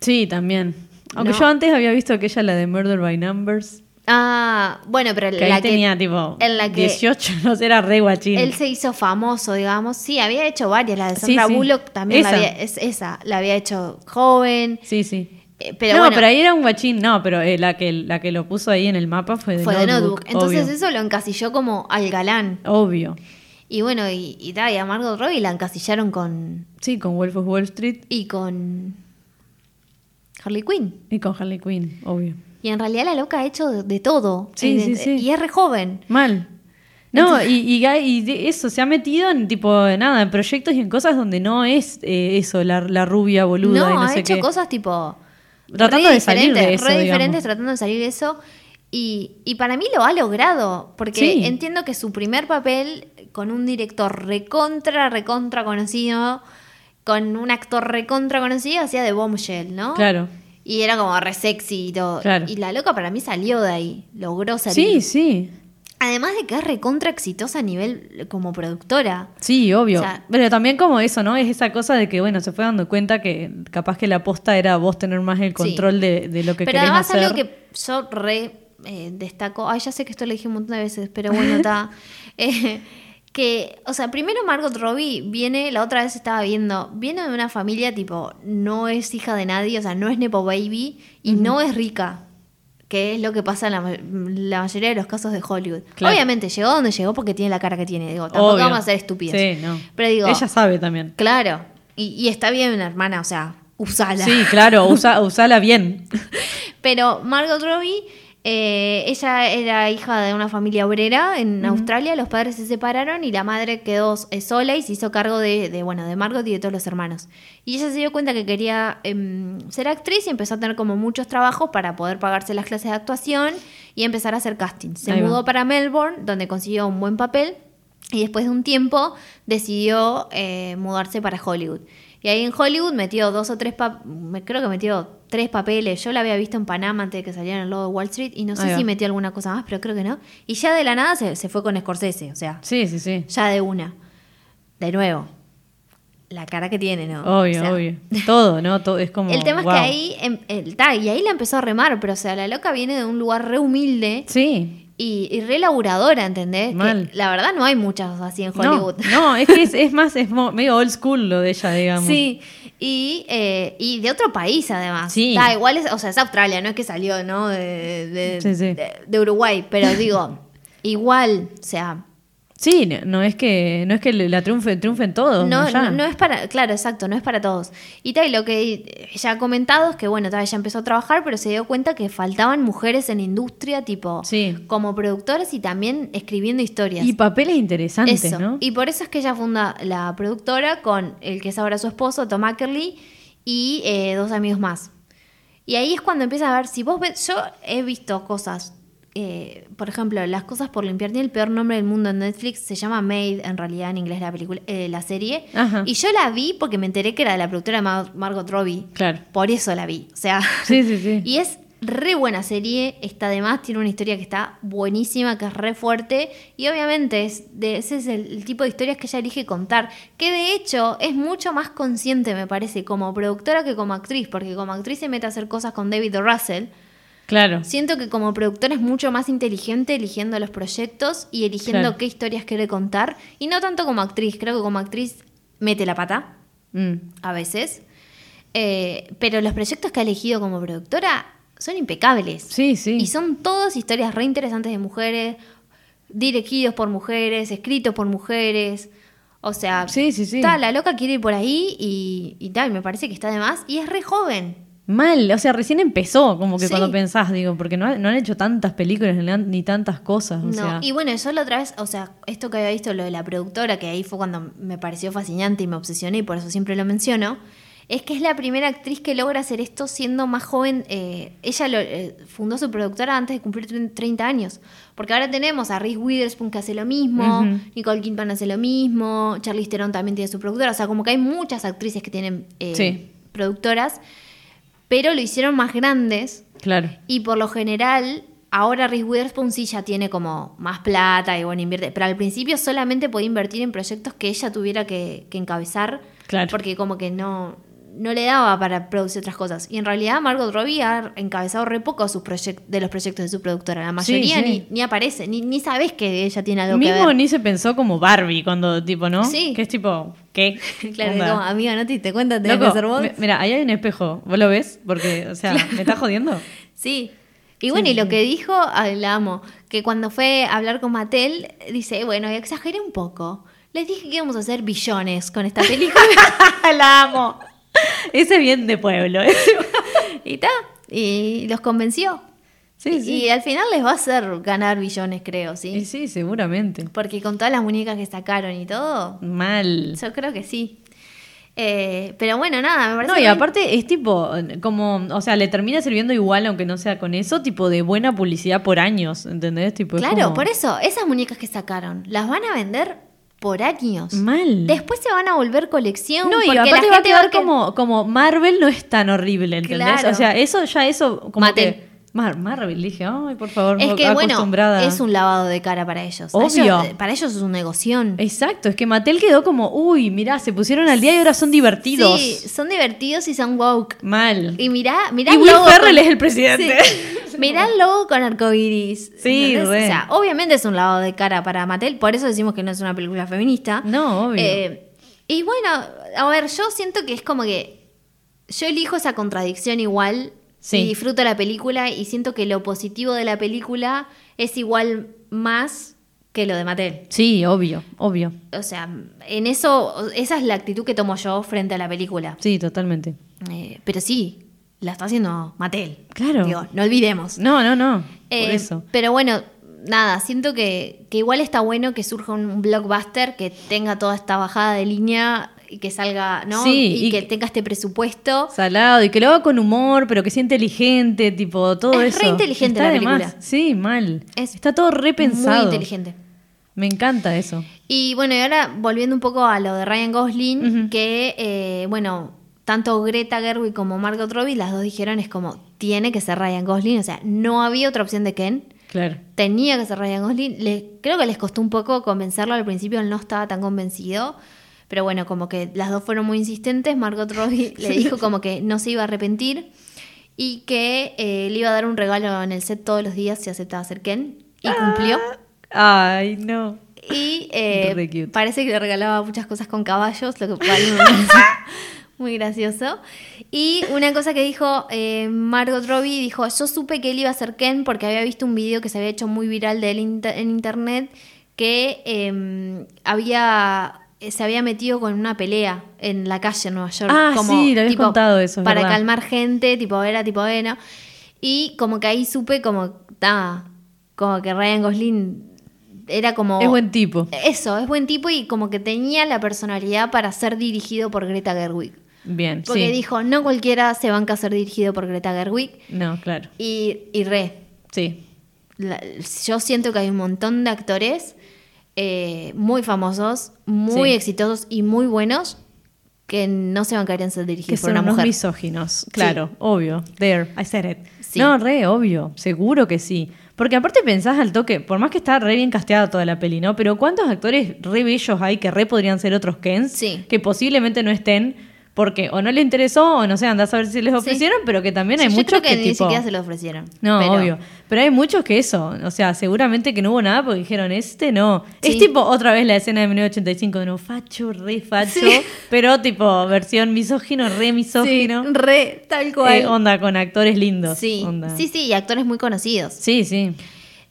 Sí, también. Aunque
No.
yo antes había visto aquella, la de Murder by Numbers,
Ah, bueno, pero
que
la
ahí
que-
tenía tipo
en la que
18, no sé, era re guachín.
Él se hizo famoso, digamos. Sí, había hecho varias. La de
Sí,
Sandra
sí.
Bullock también la
Esa.
había, es esa, la había hecho joven.
Sí, sí.
Eh, pero
no,
bueno,
pero ahí era un guachín, no, pero eh, la, que, la que lo puso ahí en el mapa fue de
fue de notebook. Entonces
obvio.
eso lo encasilló como al galán.
Obvio.
Y bueno, y, y, ta, y a Margot Robbie la encasillaron con.
Sí, con Wolf of Wall Street
y con. Harley Quinn.
y con Harley Quinn, obvio.
Y en realidad la loca ha hecho de, de todo.
Sí,
Eh, de-
sí, sí.
Y es re joven.
Mal. No, y, y, ga- y de eso, se ha metido en tipo, nada, en proyectos y en cosas donde no es eh, eso, la, la rubia boluda
no,
y no
ha
sé
hecho
qué.
cosas tipo.
Tratando
re
de salir de
diferentes,
eso,
Re
digamos.
diferentes, tratando de salir de eso. Y, y para mí lo ha logrado, porque
Sí.
entiendo que su primer papel con un director recontra, recontra conocido, con un actor recontra conocido, hacía de bombshell, ¿no?
Claro.
Y era como re sexy y todo.
Claro.
Y la loca para mí salió de ahí, logró
Sí,
salir.
sí.
Además de que es recontra exitosa a nivel como productora.
Sí, obvio.
O sea-
Pero también como eso, ¿no? Es esa cosa de que, bueno, se fue dando cuenta que capaz que la aposta era vos tener más el control de, de lo que
pero
querés
además
hacer.
algo que yo re eh, destaco ay ya sé que esto lo dije un montón de veces pero bueno está Eh, que o sea primero Margot Robbie viene la otra vez estaba viendo viene de una familia tipo no es hija de nadie o sea no es nepo baby y no es rica que es lo que pasa en la, ma- la mayoría de los casos de Hollywood.
Claro.
Obviamente llegó donde llegó porque tiene la cara que tiene. Digo, tampoco
Obvio.
vamos a ser estúpidos.
Sí, no.
Pero digo,
Ella sabe también.
claro. Y, y está bien, hermana, o sea, usala.
Sí, claro, usa, usala bien.
Pero Margot Robbie, eh, ella era hija de una familia obrera en Australia, los padres se separaron y la madre quedó eh, sola y se hizo cargo de, de, bueno, de Margot y de todos los hermanos. Y ella se dio cuenta que quería em, ser actriz y empezó a tener como muchos trabajos para poder pagarse las clases de actuación y empezar a hacer castings. Se
Ahí va.
mudó para Melbourne, donde consiguió un buen papel. Y después de un tiempo decidió eh, mudarse para Hollywood. Y ahí en Hollywood metió dos o tres, pa- me- creo que metió tres papeles. Yo la había visto en Panamá antes de que saliera en el logo de Wall Street y no sé
Ahí va.
si metió alguna cosa más, pero creo que no. Y ya de la nada se, se fue con Scorsese, o sea,
Sí, sí, sí.
ya de una. De nuevo, la cara que tiene, ¿no?
Obvio,
O sea,
obvio. Todo, ¿no? Todo, es como.
El tema
wow.
es que ahí, em- el, ta, y ahí la empezó a remar, pero o sea, la loca viene de un lugar re humilde
Sí.
y, y re laburadora, ¿entendés? Que
Mal.
la verdad no hay muchas así en
No,
Hollywood.
no, es que es, es más, es mo- medio old school lo de ella, digamos.
Sí, y, eh, y de otro país además.
Sí.
Da igual, es, o sea, es Australia, no es que salió, ¿no? De, de-
Sí, sí.
de- de Uruguay, pero digo, igual, o sea,
Sí, no, no es que no es que la triunfe, triunfen todos.
no,
allá.
no, no es para, claro, exacto, no es para todos. Y tal, y lo que ella ha comentado es que, bueno, tal, ella empezó a trabajar, pero se dio cuenta que faltaban mujeres en industria, tipo,
Sí.
como productoras y también escribiendo historias.
Y papeles interesantes,
Eso.
¿no?
Y por eso es que ella funda la productora con el que es ahora su esposo, Tom Ackerley, y eh, dos amigos más. Y ahí es cuando empieza a ver, si vos ves, yo he visto cosas, eh, por ejemplo, las cosas por limpiar tiene el peor nombre del mundo en Netflix, se llama Made, en realidad en inglés la película, eh, la serie,
Ajá.
y yo la vi porque me enteré que era de la productora de Mar- Margot Robbie,
Claro.
por eso la vi, o sea,
Sí, sí, sí.
y es re buena serie, está además, tiene una historia que está buenísima, que es re fuerte, y obviamente es de, ese es el, el tipo de historias que ella elige contar, que de hecho es mucho más consciente, me parece, como productora que como actriz, porque como actriz se mete a hacer cosas con David o. Russell,
Claro.
Siento que como productor es mucho más inteligente eligiendo los proyectos y eligiendo
Claro.
qué historias quiere contar. Y no tanto como actriz. Creo que como actriz mete la pata
Mm.
a veces. Eh, pero los proyectos que ha elegido como productora son impecables.
Sí, sí.
Y son todas historias re interesantes de mujeres, dirigidos por mujeres, escritos por mujeres. O sea,
Sí, sí, sí.
ta, la loca quiere ir por ahí y, y tal, me parece que está de más. Y es re joven.
Mal, o sea, recién empezó, como que
Sí.
cuando pensás, digo, porque no, ha- no han hecho tantas películas ni han- ni tantas cosas, o
No,
sea.
y bueno, yo la otra vez, o sea, esto que había visto, lo de la productora, que ahí fue cuando me pareció fascinante y me obsesioné y por eso siempre lo menciono, es que es la primera actriz que logra hacer esto siendo más joven. eh, ella lo, eh, fundó su productora antes de cumplir tre- 30 años, porque ahora tenemos a Reese Witherspoon que hace lo mismo,
Ujú.
Nicole Kidman hace lo mismo, Charlize Theron también tiene su productora, o sea, como que hay muchas actrices que tienen eh,
Sí.
productoras, pero lo hicieron más grandes.
Claro.
Y por lo general, ahora Reese Witherspoon sí ya tiene como más plata y bueno, invierte. Pero al principio solamente podía invertir en proyectos que ella tuviera que, que encabezar.
Claro.
Porque como que no, no le daba para producir otras cosas. Y en realidad Margot Robbie ha encabezado re poco sus proyec- de los proyectos de su productora. La mayoría
sí.
Ni, ni aparece, ni, ni sabes que ella tiene algo que
Mismo
ver.
ni se pensó como Barbie cuando, tipo, ¿no?
Sí.
Que es tipo, ¿qué?
Claro,
Onda.
es como, amiga, no te, te cuentas, tenés que
Loco,
hacer vos.
mi- mira, ahí hay un espejo, ¿vos lo ves? Porque, o sea, ¿me estás jodiendo?
Sí. Y bueno, y lo que dijo, ah, la amo, que cuando fue a hablar con Mattel, dice, bueno, exageré un poco. Les dije que íbamos a hacer billones con esta película.
La amo. Ese bien de pueblo. ¿eh?
y ta, y los convenció.
Sí,
y,
sí.
y al final les va a hacer ganar billones, creo,
Y
¿sí?
sí, seguramente.
Porque con todas las muñecas que sacaron y todo,
Mal.
yo creo que sí. Eh, pero bueno, nada, me parece...
No, y
muy-
aparte es tipo, como, o sea, le termina sirviendo igual, aunque no sea con eso, tipo de buena publicidad por años, ¿entendés? Tipo, es
Claro,
pues, como-
por eso, esas muñecas que sacaron, las van a vender por años.
Mal.
Después se van a volver colección.
no, y
porque la
aparte va a
gente
quedar
que-
como, como Marvel no es tan horrible, ¿entendés?
Claro.
O sea, eso ya eso como
Mattel.
que- Mar- Marvel, dije, ay, por favor,
Es que bueno,
acostumbrada.
es un lavado de cara para ellos. A
Obvio.
ellos- para ellos es un negoción.
Exacto, es que Mattel quedó como, uy, mirá, se pusieron al día y ahora son divertidos.
Sí, son divertidos y son woke.
Mal.
Y mirá, mirá
Y
el
Will
logo
Ferrell es el presidente.
Sí. Mirá el logo con arcoiris.
Sí,
¿entendés?
re.
O sea, obviamente es un lavado de cara para Mattel, por eso decimos que no es una película feminista.
No, obvio.
Eh, y bueno, a ver, yo siento que es como que yo elijo esa contradicción igual
Sí.
y disfruto la película y siento que lo positivo de la película es igual más que lo de Mattel.
Sí, obvio, obvio.
O sea, en eso, esa es la actitud que tomo yo frente a la película.
Sí, totalmente.
Eh, pero sí, la está haciendo Mattel.
Claro.
Digo, no olvidemos.
No, no, no. por
Eh,
eso.
Pero bueno, nada, siento que, que igual está bueno que surja un blockbuster que tenga toda esta bajada de línea y que salga, ¿no?
Sí,
y,
y-
que tenga este presupuesto.
Salado y que lo haga con humor, pero que sea inteligente, tipo todo
Es
eso.
re inteligente
Está
la
de más.
película.
Sí, mal.
Es
Está todo repensado.
Muy inteligente.
Me encanta eso.
Y bueno, y ahora volviendo un poco a lo de Ryan Gosling,
Ujú.
que eh, bueno, tanto Greta Gerwig como Margot Robbie, las dos dijeron es como, tiene que ser Ryan Gosling, o sea, no había otra opción de Ken,
Claro.
tenía que ser Ryan Gosling, Le- creo que les costó un poco convencerlo al principio, él no estaba tan convencido, pero bueno, como que las dos fueron muy insistentes, Margot Robbie le dijo como que no se iba a arrepentir y que eh, le iba a dar un regalo en el set todos los días si aceptaba ser Ken,
Ah,
y cumplió.
Ay, no.
Y eh,
Re cute.
parece que le regalaba muchas cosas con caballos, lo que cual me parece muy gracioso. Y una cosa que dijo eh, Margot Robbie, dijo, yo supe que él iba a ser Ken porque había visto un video que se había hecho muy viral de él inter- en internet que eh, había eh, se había metido con una pelea en la calle en Nueva York.
Ah, sí, lo habías contado eso, es
Para
verdad.
calmar gente, tipo era, tipo bueno. Y como que ahí supe como, ta, como que Ryan Gosling era como...
Es buen tipo.
Eso, es buen tipo y como que tenía la personalidad para ser dirigido por Greta Gerwig.
Bien.
Porque
sí.
dijo, no cualquiera se banca a ser dirigido por Greta Gerwig.
No, claro.
Y, y re,
Sí.
la- yo siento que hay un montón de actores eh, muy famosos, muy
Sí.
exitosos y muy buenos que no se bancarían ser
Que
dirigidos por
son
una
unos
mujer.
misóginos. Claro, obvio. There, I said it.
Sí.
No, re, obvio. Seguro que sí. Porque aparte pensás al toque, por más que está re bien casteada toda la peli, ¿no? Pero ¿cuántos actores re bellos hay que re podrían ser otros Kens?
Sí.
Que posiblemente no estén porque o no le interesó o no sé, andás a ver si les ofrecieron, pero que también hay
Yo
muchos
creo que,
que,
ni
tipo-
siquiera se lo ofrecieron.
No,
pero-
obvio. Pero hay muchos que eso. O sea, seguramente que no hubo nada porque dijeron, este no. Es
Sí.
tipo otra vez la escena de 1985 de no facho, re facho.
Sí.
Pero tipo versión misógino, re misógino.
Sí, re, tal cual.
Eh, onda con actores lindos.
sí,
onda.
sí, sí, y actores muy conocidos.
Sí, sí.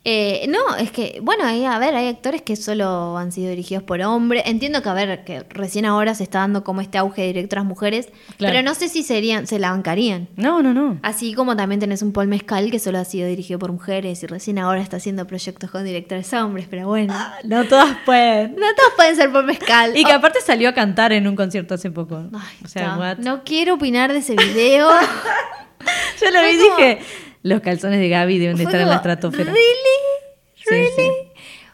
Eh, no, es que, bueno, ahí, a ver, hay actores que solo han sido dirigidos por hombres. Entiendo que, a ver, que recién ahora se está dando como este auge de directoras mujeres,
Claro.
pero no sé si serían, se la bancarían.
No, no, no.
Así como también tenés un Paul Mezcal que solo ha sido dirigido por mujeres y recién ahora está haciendo proyectos con directores hombres, pero bueno.
No todas pueden.
No todos pueden ser Paul Mezcal.
Y que
Oh,
aparte salió a cantar en un concierto hace poco.
ay,
o sea,
no,
what?
no quiero opinar de ese video.
Yo lo vi y
Fue como-
dije, los calzones de Gaby deben de
Fue
estar en
como,
la estratosfera.
¿Really?
Sí,
¿Really?
sí.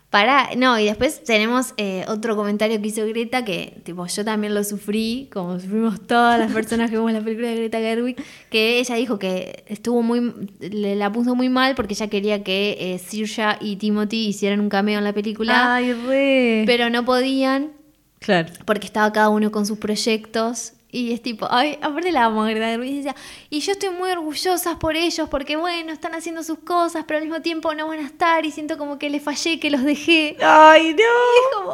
Pará, no, y después tenemos eh, otro comentario que hizo Greta que, tipo, yo también lo sufrí, como sufrimos todas las personas que vimos la película de Greta Gerwig, que ella dijo que estuvo muy, le, la puso muy mal porque ella quería que eh, Saoirse y Timothy hicieran un cameo en la película,
Ay, re.
pero no podían
claro.
porque estaba cada uno con sus proyectos. Y es tipo, ay, aparte la amo, Greta Gerwig, y decía, y yo estoy muy orgullosa por ellos, porque bueno, están haciendo sus cosas, pero al mismo tiempo no van a estar, y siento como que les fallé, que los dejé.
Ay, no.
Es como,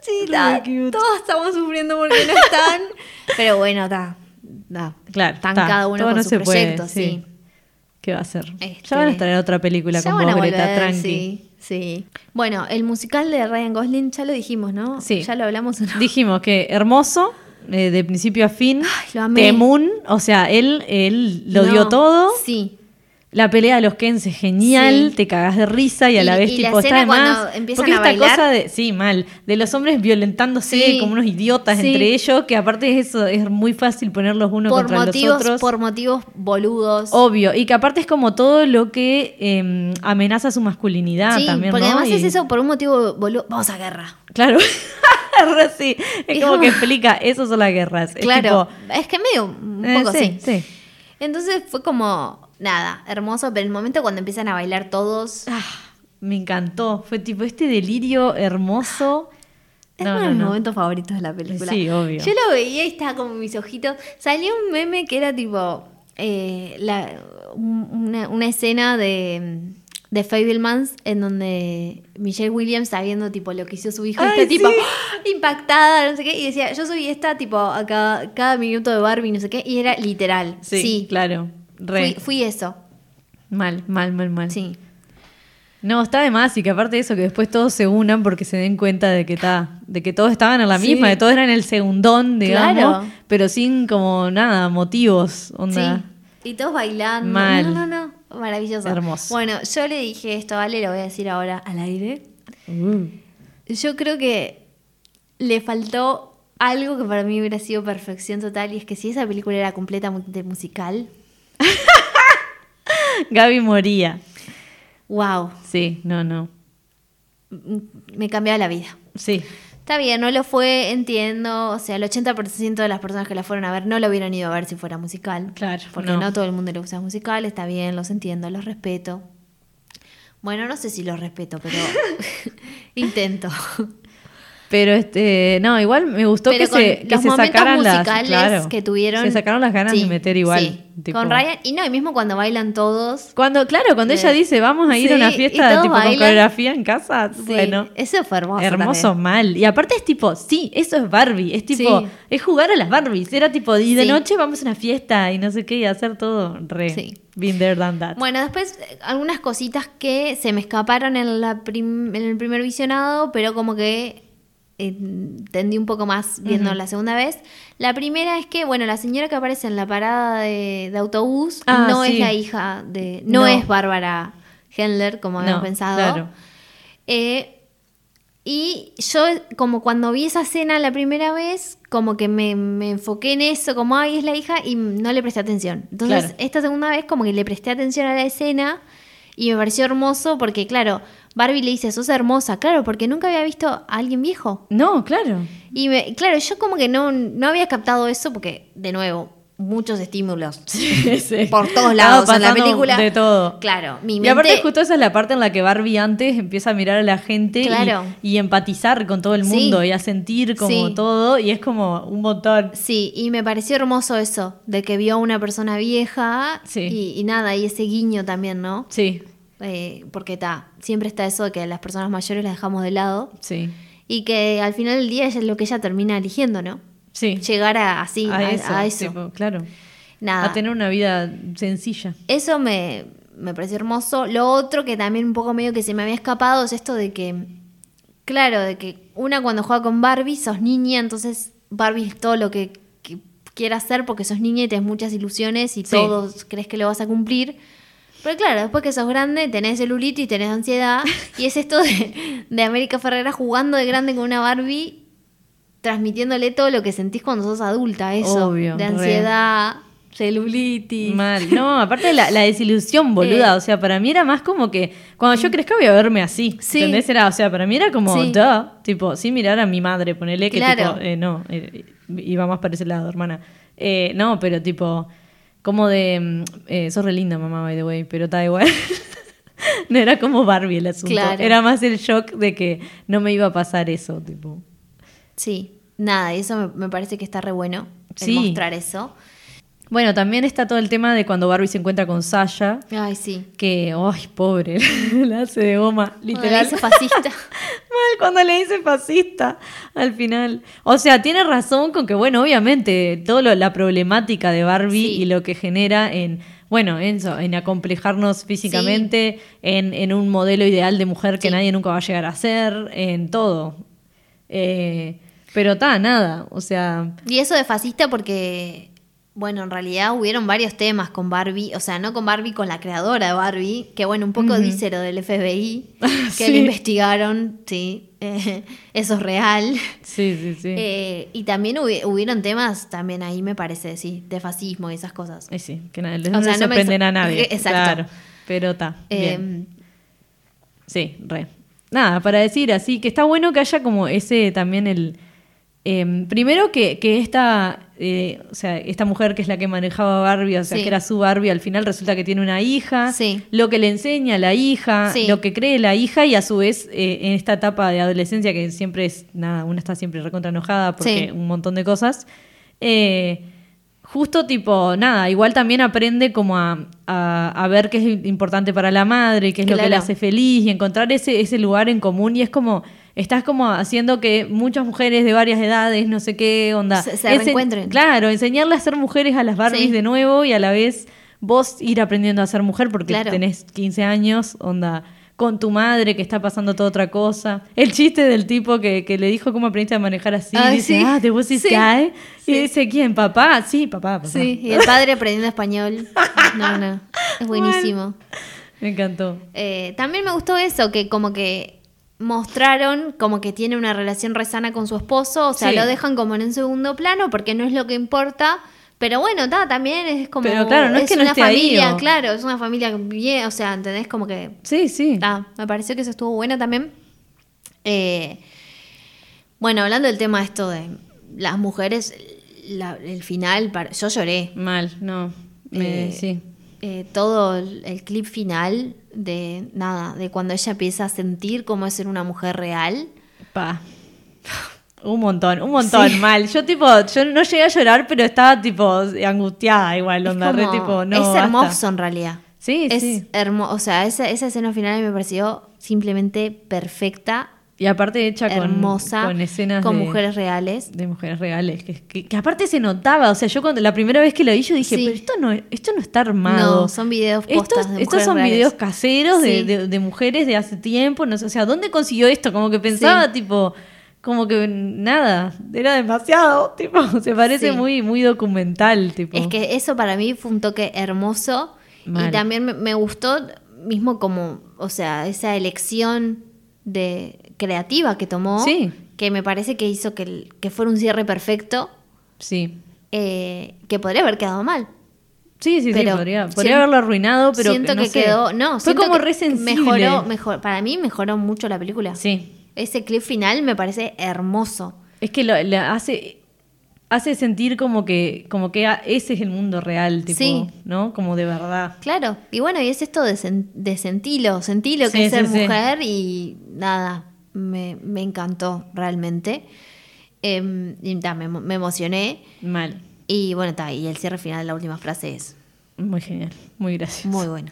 sí, ta,
Re cute.
todos estamos sufriendo porque no están. Pero bueno, está.
Claro,
Están
ta,
cada uno
todo
con
no
su
se puede,
proyecto, sí.
¿Qué va a hacer?
Este,
Ya van a estar en otra película
Ya
con
van
vos,
a
Greta,
volver,
tranqui.
Sí, sí. Bueno, el musical de Ryan Gosling ya lo dijimos, ¿no?
Sí.
Ya lo hablamos. ¿o no?
Dijimos que hermoso, eh, de principio a fin.
Ay, lo amé.
Temun, o sea, él, él lo dio
No,
todo.
Sí.
La pelea de los Kens es genial,
Sí.
te cagás de risa y a
Y-
la vez
y la
tipo está
escena
de más.
cuando empiezan
Porque
a
esta
bailar.
cosa de, sí, mal, de los hombres violentándose
Sí.
como unos idiotas
Sí.
entre ellos, que aparte es eso, es muy fácil ponerlos uno
por
contra los
motivos,
otros. Oh,
por motivos boludos.
Obvio, y que aparte es como todo lo que eh, amenaza su masculinidad
sí,
ah, también.
porque
¿no?
además
Y-
es eso, por un motivo boludo. Vamos a guerra.
Claro, Re sí. Es
Y
como
como-
que explica, eso son las guerras. Es
Claro.
tipo,
Es, que medio un
eh,
poco
sí,
así.
sí.
Entonces fue como, nada, hermoso, pero el momento cuando empiezan a bailar todos.
Ah, me encantó. Fue tipo este delirio hermoso.
Es
No,
uno
no,
de mis
no.
momentos favoritos de la película.
Sí, obvio.
Yo lo veía y estaba como mis ojitos. Salió un meme que era tipo eh, la- un- una, una escena de, de Fablemans en donde Michelle Williams está viendo tipo lo que hizo su hijo. y
Ay,
está tipo
sí.
¡ah! impactada, no sé qué. Y decía, yo soy esta tipo a cada, cada minuto de Barbie, no sé qué. Y era literal.
Sí,
Sí,
claro. Re.
Fui, fui eso.
Mal, mal, mal, mal.
Sí.
No, está de más y que aparte de eso, que después todos se unan porque se den cuenta de que ta, de que todos estaban en la
Sí.
misma, de todos eran el segundón, digamos,
Claro.
pero sin como nada, motivos, onda.
Sí. Y todos bailando.
Mal.
No, no, no. Maravilloso.
Hermoso.
Bueno, yo le dije esto, vale, lo voy a decir ahora al aire. Mm.
Uh.
Yo creo que le faltó algo que para mí hubiera sido perfección total y es que si esa película era completamente musical,
Gaby moría.
wow,
Sí, no, no.
me cambiaba la vida.
Sí.
Está bien, no lo fue, entiendo. O sea, el 80% de las personas que la fueron a ver no lo hubieran ido a ver si fuera musical.
Claro,
Porque
no.
no, todo el mundo le gusta musical, está bien, los entiendo, los respeto. Bueno, no sé si los respeto, pero intento.
Pero este, no, igual me gustó
Pero
que se,
con
que
los
se
momentos
sacaran las
musicales
claro.
que tuvieron.
Se sacaron las ganas
Sí,
de meter igual.
sí.
tipo-
Con Ryan, y no, y mismo cuando bailan todos.
Cuando, claro, cuando ella
Sí.
dice vamos a ir a una
Sí, y
fiesta
todos
tipo con
bailan.
coreografía en casa,
sí,
bueno.
Eso fue hermoso.
Hermoso
también.
mal. Y aparte es tipo, sí, eso es Barbie. Es tipo,
Sí.
es jugar a las Barbies. Era tipo, y de
Sí.
noche vamos a una fiesta y no sé qué, y hacer todo re.
Sí.
Been there, done that.
Bueno, después eh, algunas cositas que se me escaparon en, la prim- en el primer visionado, pero como que entendí un poco más viendo la segunda vez. La primera es que, bueno, la señora que aparece en la parada de, de autobús
Ah,
no
sí.
es la hija de... No,
No.
es Bárbara Hendler, como habíamos
No,
pensado.
claro.
Eh, y yo, como cuando vi esa escena la primera vez, como que me, me enfoqué en eso, como, ay, es la hija, y no le presté atención. Entonces,
Claro.
esta segunda vez, como que le presté atención a la escena y me pareció hermoso porque, claro, Barbie le dice, sos hermosa, claro, porque nunca había visto a alguien viejo.
No, claro.
Y me- claro, yo como que no, no había captado eso porque, de nuevo, muchos estímulos
Sí.
por todos
Estaba
lados en la
pasando
película.
De todo.
Claro, mi
Y aparte
mente-
justo esa es la parte en la que Barbie antes empieza a mirar a la gente y-
Claro.
y, empatizar con todo el
Sí.
mundo y a sentir como
Sí.
todo y es como un montón.
Sí, y me pareció hermoso eso, de que vio a una persona vieja
Sí.
y, y nada, y ese guiño también, ¿no?
Sí,
Eh, porque está, siempre está eso de que a las personas mayores las dejamos de lado
sí,
y que al final del día ella es lo que ella termina eligiendo, ¿no?
sí.
Llegar a, así, a, a eso. Ah.
tipo, claro.
nada.
A tener una vida sencilla.
Eso me, me pareció hermoso. Lo otro que también un poco medio que se me había escapado es esto de que, claro, de que una cuando juega con Barbie sos niña, entonces Barbie es todo lo que, que quieras hacer porque sos niña y tenés muchas ilusiones y
Sí.
todos crees que lo vas a cumplir. Pero claro, después que sos grande tenés celulitis y tenés ansiedad y es esto de, de América Ferrera jugando de grande con una Barbie transmitiéndole todo lo que sentís cuando sos adulta, eso,
Obvio,
de
re.
ansiedad, celulitis.
Mal. No, aparte la, la desilusión, boluda.
Eh. Mm.
O sea, para mí era más como que cuando yo crezca voy a verme así.
Sí.
¿Entendés? Era, o sea, para mí era como,
Sí.
duh. Tipo, sin mirar a mi madre, ponele que
Claro.
tipo, eh, no, eh, iba más para ese lado, hermana. Eh, no, pero tipo, como de, mm, eh, sos re linda, mamá, by the way, pero está igual. no era como Barbie el asunto.
Claro.
Era más el shock de que no me iba a pasar eso, tipo.
Sí, nada, y eso me, me parece que está re bueno el
Sí.
mostrar eso.
Bueno, también está todo el tema de cuando Barbie se encuentra con Sasha.
Ay, sí.
que, ay, pobre, la hace de goma,
Ay,
literal.
ese fascista.
Mal cuando le dice fascista al final. O sea, tiene razón con que, bueno, obviamente, toda la problemática de Barbie
Sí.
y lo que genera en, bueno, en, eso, en acomplejarnos físicamente, en, en un modelo ideal de mujer que
Sí.
nadie nunca va a llegar a ser, en todo. Eh, pero ta, nada, o sea,
Y eso de fascista porque, bueno, en realidad hubieron varios temas con Barbie, o sea, no con Barbie, con la creadora de Barbie, que bueno, un poco dice lo del FBI, que
Sí.
le investigaron, sí, eh, eso es real.
sí, sí, sí.
Eh, y también hubi- hubieron temas, también ahí me parece, sí, de fascismo y esas cosas.
Eh, sí, que nada, les-
O
no
sea,
les
no me
sorprenden
sor-
a nadie.
Exacto.
Claro, pero está. bien.
Em,
Sí, re. Nada, para decir así, que está bueno que haya como ese también el... em, primero que, que esta, eh, o sea, esta mujer que es la que manejaba Barbie, o sea,
Sí.
que era su Barbie, al final resulta que tiene una hija,
Sí.
lo que le enseña la hija,
Sí.
lo que cree la hija y a su vez eh, en esta etapa de adolescencia que siempre es, nada, una está siempre recontra enojada porque
Sí.
un montón de cosas. eh, Justo tipo, nada, igual también aprende como a, a- a ver qué es importante para la madre, qué es lo que
Claro.
la hace feliz y encontrar ese, ese lugar en común y es como, estás como haciendo que muchas mujeres de varias edades, no sé qué onda,
Se- se
Ense-
reencuentren.
Claro, enseñarle a ser mujeres a las Barbies
Sí.
de nuevo y a la vez vos ir aprendiendo a ser mujer porque
Claro.
tenés 15 años, onda con tu madre que está pasando toda otra cosa. El chiste del tipo que, que le dijo cómo aprendiste a manejar así,
Ay,
dice,
sí.
ah, te was this
Sí.
guy". Y dice, ¿quién? ¿Papá? Sí, papá, papá.
sí, y el padre aprendiendo español. No, no, es buenísimo.
Me encantó.
Eh, también me gustó eso, que como que mostraron como que tiene una relación re sana con su esposo, o sea,
Sí.
lo dejan como en un segundo plano porque no es lo que importa. Pero bueno, ta, también es como.
Pero claro, no es que no
una
esté ahí,
familia,
o-
claro, es una familia bien, o sea, ¿entendés? Como que.
Sí, sí.
ta, me pareció que eso estuvo bueno también. Eh, bueno, hablando del tema esto de las mujeres, la- el final, para- yo lloré.
Mal, no. Me-
Eh,
sí.
eh, todo el, el clip final de nada, de cuando ella empieza a sentir cómo es ser una mujer real.
Pa. Un montón, un montón,
Sí.
mal. Yo tipo, yo no llegué a llorar, pero estaba tipo angustiada igual,
Es
onda, re
como-
tipo, no.
es
basta.
hermoso en realidad.
Sí,
es
sí.
hermoso. O sea, esa, esa escena final me pareció simplemente perfecta,
Y aparte hecha con,
hermosa,
con escenas
con
de,
mujeres reales.
de mujeres reales, que, que- que aparte se notaba, o sea, yo cuando la primera vez que lo vi yo dije,
Sí.
pero esto no, esto no está armado.
No, son videos
Estos,
postas de
estos
mujeres
son
reales.
videos caseros de,
Sí.
de- de mujeres de hace tiempo, no sé, o sea, ¿dónde consiguió esto? Como que pensaba,
Sí.
tipo, como que nada, era demasiado, tipo, se parece
Sí.
muy, muy documental, tipo.
Es que eso para mí fue un toque hermoso
Mal.
y también me, me gustó mismo como, o sea, esa elección de creativa que tomó,
Sí.
que me parece que hizo que, el- que fuera un cierre perfecto,
Sí.
eh, que podría haber quedado mal.
Sí, sí, sí,
Pero
podría, podría
sien-
haberlo arruinado, pero
siento
no
que
sé.
quedó, no,
fue
siento
como
que
re sensible.
Mejoró, mejor, para mí mejoró mucho la película.
Sí.
Ese clip final me parece hermoso.
Es que lo, la hace. hace sentir como que, como que ah, ese es el mundo real, tipo,
Sí.
¿no? Como de verdad.
Claro, y bueno, y es esto de, sen- de sentilo, sentí lo que
Sí,
es ser
sí, sí.
mujer y nada, me, me encantó realmente. Em, y ta, me, me emocioné.
Mal.
Y bueno, ta, y el cierre final, la última frase es
Muy genial, muy gracioso.
muy bueno.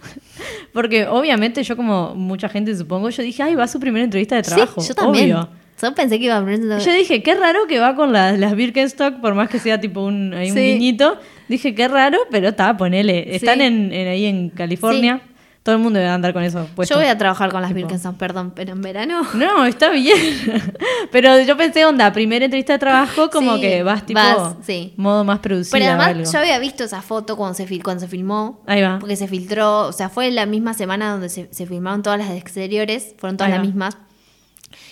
Porque obviamente yo como mucha gente supongo, yo dije, ay, va a su primera entrevista de
Sí,
trabajo.
yo también.
obvio.
Yo pensé que iba a aprender.
Yo dije, qué raro que va con las, las Birkenstock, por más que sea tipo un, hay un
Sí.
niñito. Dije, qué raro, pero está, ponele. Están
Sí.
en, en- ahí en California. Todo el mundo debe andar con eso puesto.
Yo voy a trabajar con las
Tipo.
Birkenstock, perdón, pero en verano.
No, está bien. pero yo pensé, onda, primera entrevista de trabajo, como
Sí,
que vas tipo
vas, sí.
modo más producido.
Pero además yo había visto esa foto cuando se, fil- cuando se filmó.
Ahí va.
Porque se filtró, o sea, fue la misma semana donde se, se filmaron todas las de exteriores, fueron todas
Ahí
las
va.
mismas.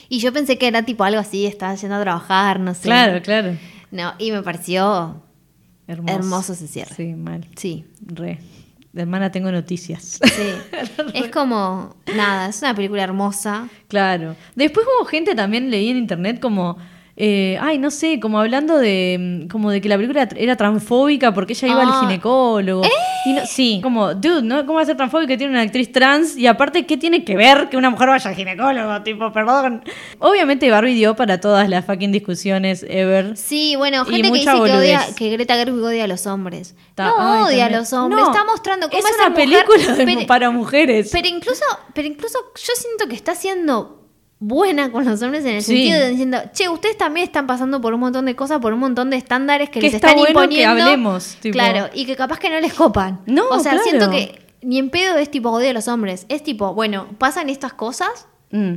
Y yo pensé que era tipo algo así, estaba yendo a trabajar, no sé.
Claro, claro.
No, y me pareció,
Hermoso.
Hermoso ese cierre.
Sí, mal.
sí,
Re. Hermana, tengo noticias.
sí. es como, nada, es una película hermosa.
Claro. Después hubo gente también, leí en internet como... eh, ay, no sé, como hablando de mm, como de que la película tr- era transfóbica porque ella iba
Ah.
al ginecólogo. Y no- sí, como, dude, ¿no? ¿cómo va a ser transfóbica? Tiene una actriz trans y aparte, ¿qué tiene que ver que una mujer vaya al ginecólogo? Tipo, perdón. Obviamente Barbie dio para todas las fucking discusiones ever.
Sí, bueno,
Y
gente que dice
mucha
que, odia,
boludez.
que Greta Gerwig odia a los hombres.
Ta-
no
ay,
odia a
también.
los hombres,
No,
está mostrando cómo
es
esa
una
mujer-
película de-
Pero-
para mujeres.
Pero incluso, pero incluso yo siento que está siendo buena con los hombres en el
Sí.
sentido de diciendo, che, ustedes también están pasando por un montón de cosas, por un montón de estándares que,
Que
les
está
están
bueno que
imponiendo.
hablemos, tipo.
Claro, y que capaz que no les copan.
No,
o sea,
claro.
siento que ni en pedo es tipo odio a los hombres. Es tipo, bueno, pasan estas cosas.
Mm.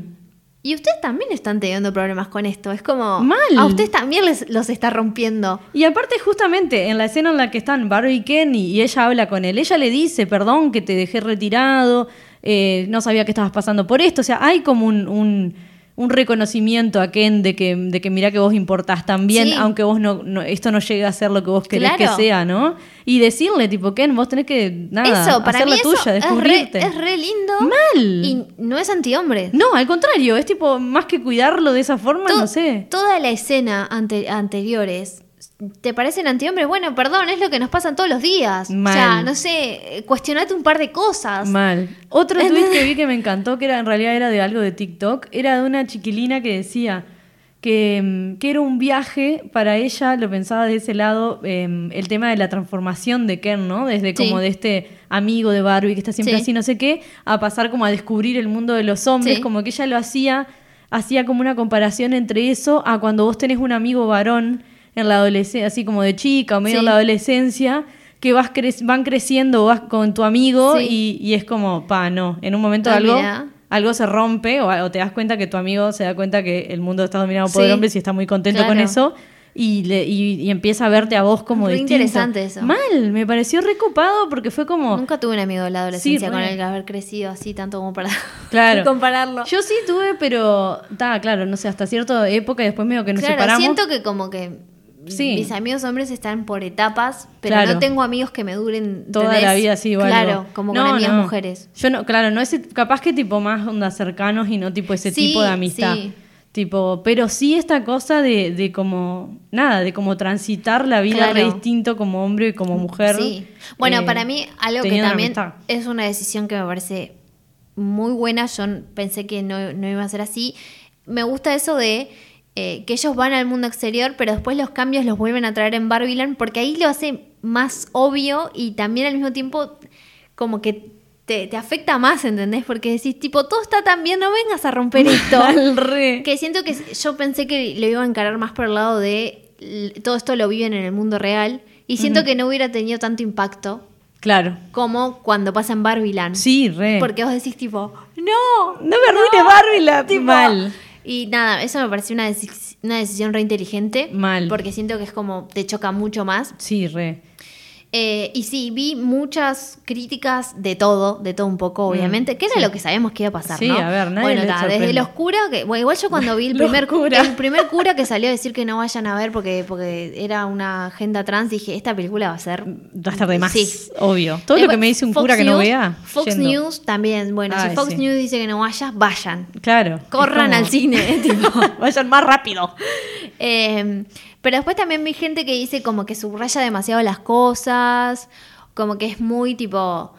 Y ustedes también están teniendo problemas con esto. Es como.
Mal.
A ustedes también les, los está rompiendo.
Y aparte, justamente, en la escena en la que están Barbie y Kenny y ella habla con él, ella le dice, perdón que te dejé retirado, eh, no sabía que estabas pasando por esto. O sea, hay como un, un- un reconocimiento a Ken de que, de que mirá que vos importás también,
Sí.
aunque vos no, no- esto no llegue a ser lo que vos querés
Claro.
que sea, ¿no? Y decirle, tipo, Ken, vos tenés que, nada,
eso, para
hacer
mí
la
eso
tuya,
es, re,
descubrirte.
es re lindo.
Mal.
Y no es antihombre.
No, al contrario, es tipo, más que cuidarlo de esa forma,
To-
no sé.
Toda la escena ante- anteriores. ¿Te parecen antihombres? Bueno, perdón, es lo que nos pasan todos los días.
Mal.
O sea, no sé, eh, cuestionate un par de cosas.
Mal. Otro tweet que vi que me encantó, que era, en realidad era de algo de TikTok, era de una chiquilina que decía que, mm, que era un viaje para ella, lo pensaba de ese lado, em, el tema de la transformación de Ken, ¿no? Desde como
Sí.
de este amigo de Barbie que está siempre
Sí.
así, no sé qué, a pasar como a descubrir el mundo de los hombres,
Sí.
como que ella lo hacía, hacía como una comparación entre eso a cuando vos tenés un amigo varón en la adolescencia, así como de chica o medio
Sí.
en la adolescencia, que vas cre- van creciendo, vas con tu amigo
Sí.
y y, y es como, pa, no, en un momento
Ah,
algo,
mirá.
algo se rompe o, o te das cuenta que tu amigo se da cuenta que el mundo está dominado por
Sí.
el hombre y está muy contento
Claro.
con eso y, le- y- y empieza a verte a vos como
Re
distinto.
interesante eso.
Mal, me pareció recopado porque fue como...
Nunca tuve un amigo de la adolescencia
Sí,
con
re.
el que haber crecido así tanto como para
Claro.
compararlo.
Yo sí tuve, pero... Ta, claro, no sé, hasta cierta época y después medio que nos
claro,
separamos.
siento que como que
Sí.
mis amigos hombres están por etapas, pero
Claro.
no tengo amigos que me duren
Toda
¿entendés?
la vida sí, o algo.
Claro, como
No,
con amigas
no.
mujeres.
Yo no, claro, no ese, capaz que tipo más onda cercanos y no tipo ese
Sí,
tipo de amistad.
sí.
Tipo, pero sí esta cosa de, de como, nada, de como transitar la vida
Claro.
re distinto como hombre y como mujer.
Sí. Bueno,
eh,
para mí algo que
teniendo una
también
amistad.
es una decisión que me parece muy buena, yo n- pensé que no, no iba a ser así, me gusta eso de eh, que ellos van al mundo exterior, pero después los cambios los vuelven a traer en Barbiland, porque ahí lo hace más obvio y también al mismo tiempo como que... Te, te afecta más, ¿entendés? Porque decís, tipo, todo está tan bien, no vengas a romper esto.
Al re.
Que siento que yo pensé que lo iba a encarar más por el lado de l- todo esto lo viven en el mundo real y siento que no hubiera tenido tanto impacto
Claro.
como cuando pasa en Barbiland.
Sí, re.
Porque vos decís tipo, no,
no me arruines Barbie la mal.
Y nada, eso me pareció una, deci- una decisión re inteligente.
Mal.
Porque siento que es como, te choca mucho más.
Sí, re.
Eh, y sí, vi muchas críticas de todo, de todo un poco, obviamente, que era lo que sabíamos que iba a pasar,
Mm, Sí,
¿no?
a ver, nadie
Bueno,
le
ta,
sorprende.
desde los curas, que, bueno, igual yo cuando vi el
Los
primer,
curas.
el primer cura que salió a decir que no vayan a ver porque, porque era una agenda trans, dije, esta película va a ser...
Va a estar de más,
Sí.
obvio. Todo lo que
Después,
me dice un
Fox
cura que no
News-
vea.
Fox
yendo.
News también, bueno,
Ay,
si Fox
sí.
News dice que no vayas, vayan.
Claro. Es
Corran eh,
como-
al cine, tipo.
Vayan más rápido.
Eh, Pero después también vi gente que dice como que subraya demasiado las cosas, como que es muy tipo...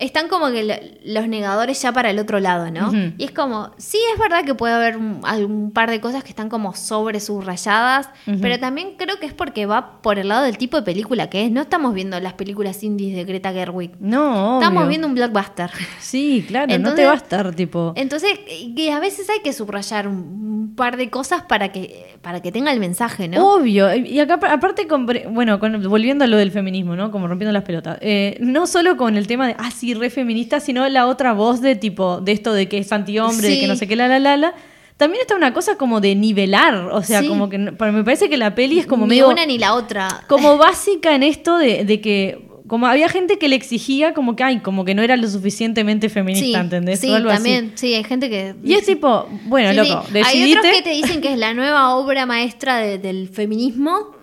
Están como que lo- los negadores ya para el otro lado, ¿no?
Ujú.
Y es como, sí, es verdad que puede haber un, algún par de cosas que están como sobre subrayadas, pero también creo que es porque va por el lado del tipo de película que es. No estamos viendo las películas indies de Greta Gerwig.
No, obvio.
Estamos viendo un blockbuster.
Sí, claro, no te
Entonces-
va a estar tipo.
Entonces, que a veces hay que subrayar un- un par de cosas para que, para que tenga el mensaje, ¿no?
Obvio, y acá pa- aparte, compre- bueno, con- volviendo a lo del feminismo, ¿no? Como rompiendo las pelotas. Eh, no solo con el tema de, ah, sí, re feminista, sino la otra voz de tipo, de esto de que es antihombre, de
Sí.
que no sé qué, la, la, la, la. También está una cosa como de nivelar, o sea,
Sí.
como que, no- pero me parece que la peli es como
ni
medio...
una ni la otra.
como básica en esto de, de que como había gente que le exigía como que ay como que no era lo suficientemente feminista
sí,
¿entendés?
sí,
o algo así.
también. Sí, hay gente que.
y es tipo bueno
Sí,
loco
sí. Hay
decidite
otros que te dicen que es la nueva obra maestra de- del feminismo,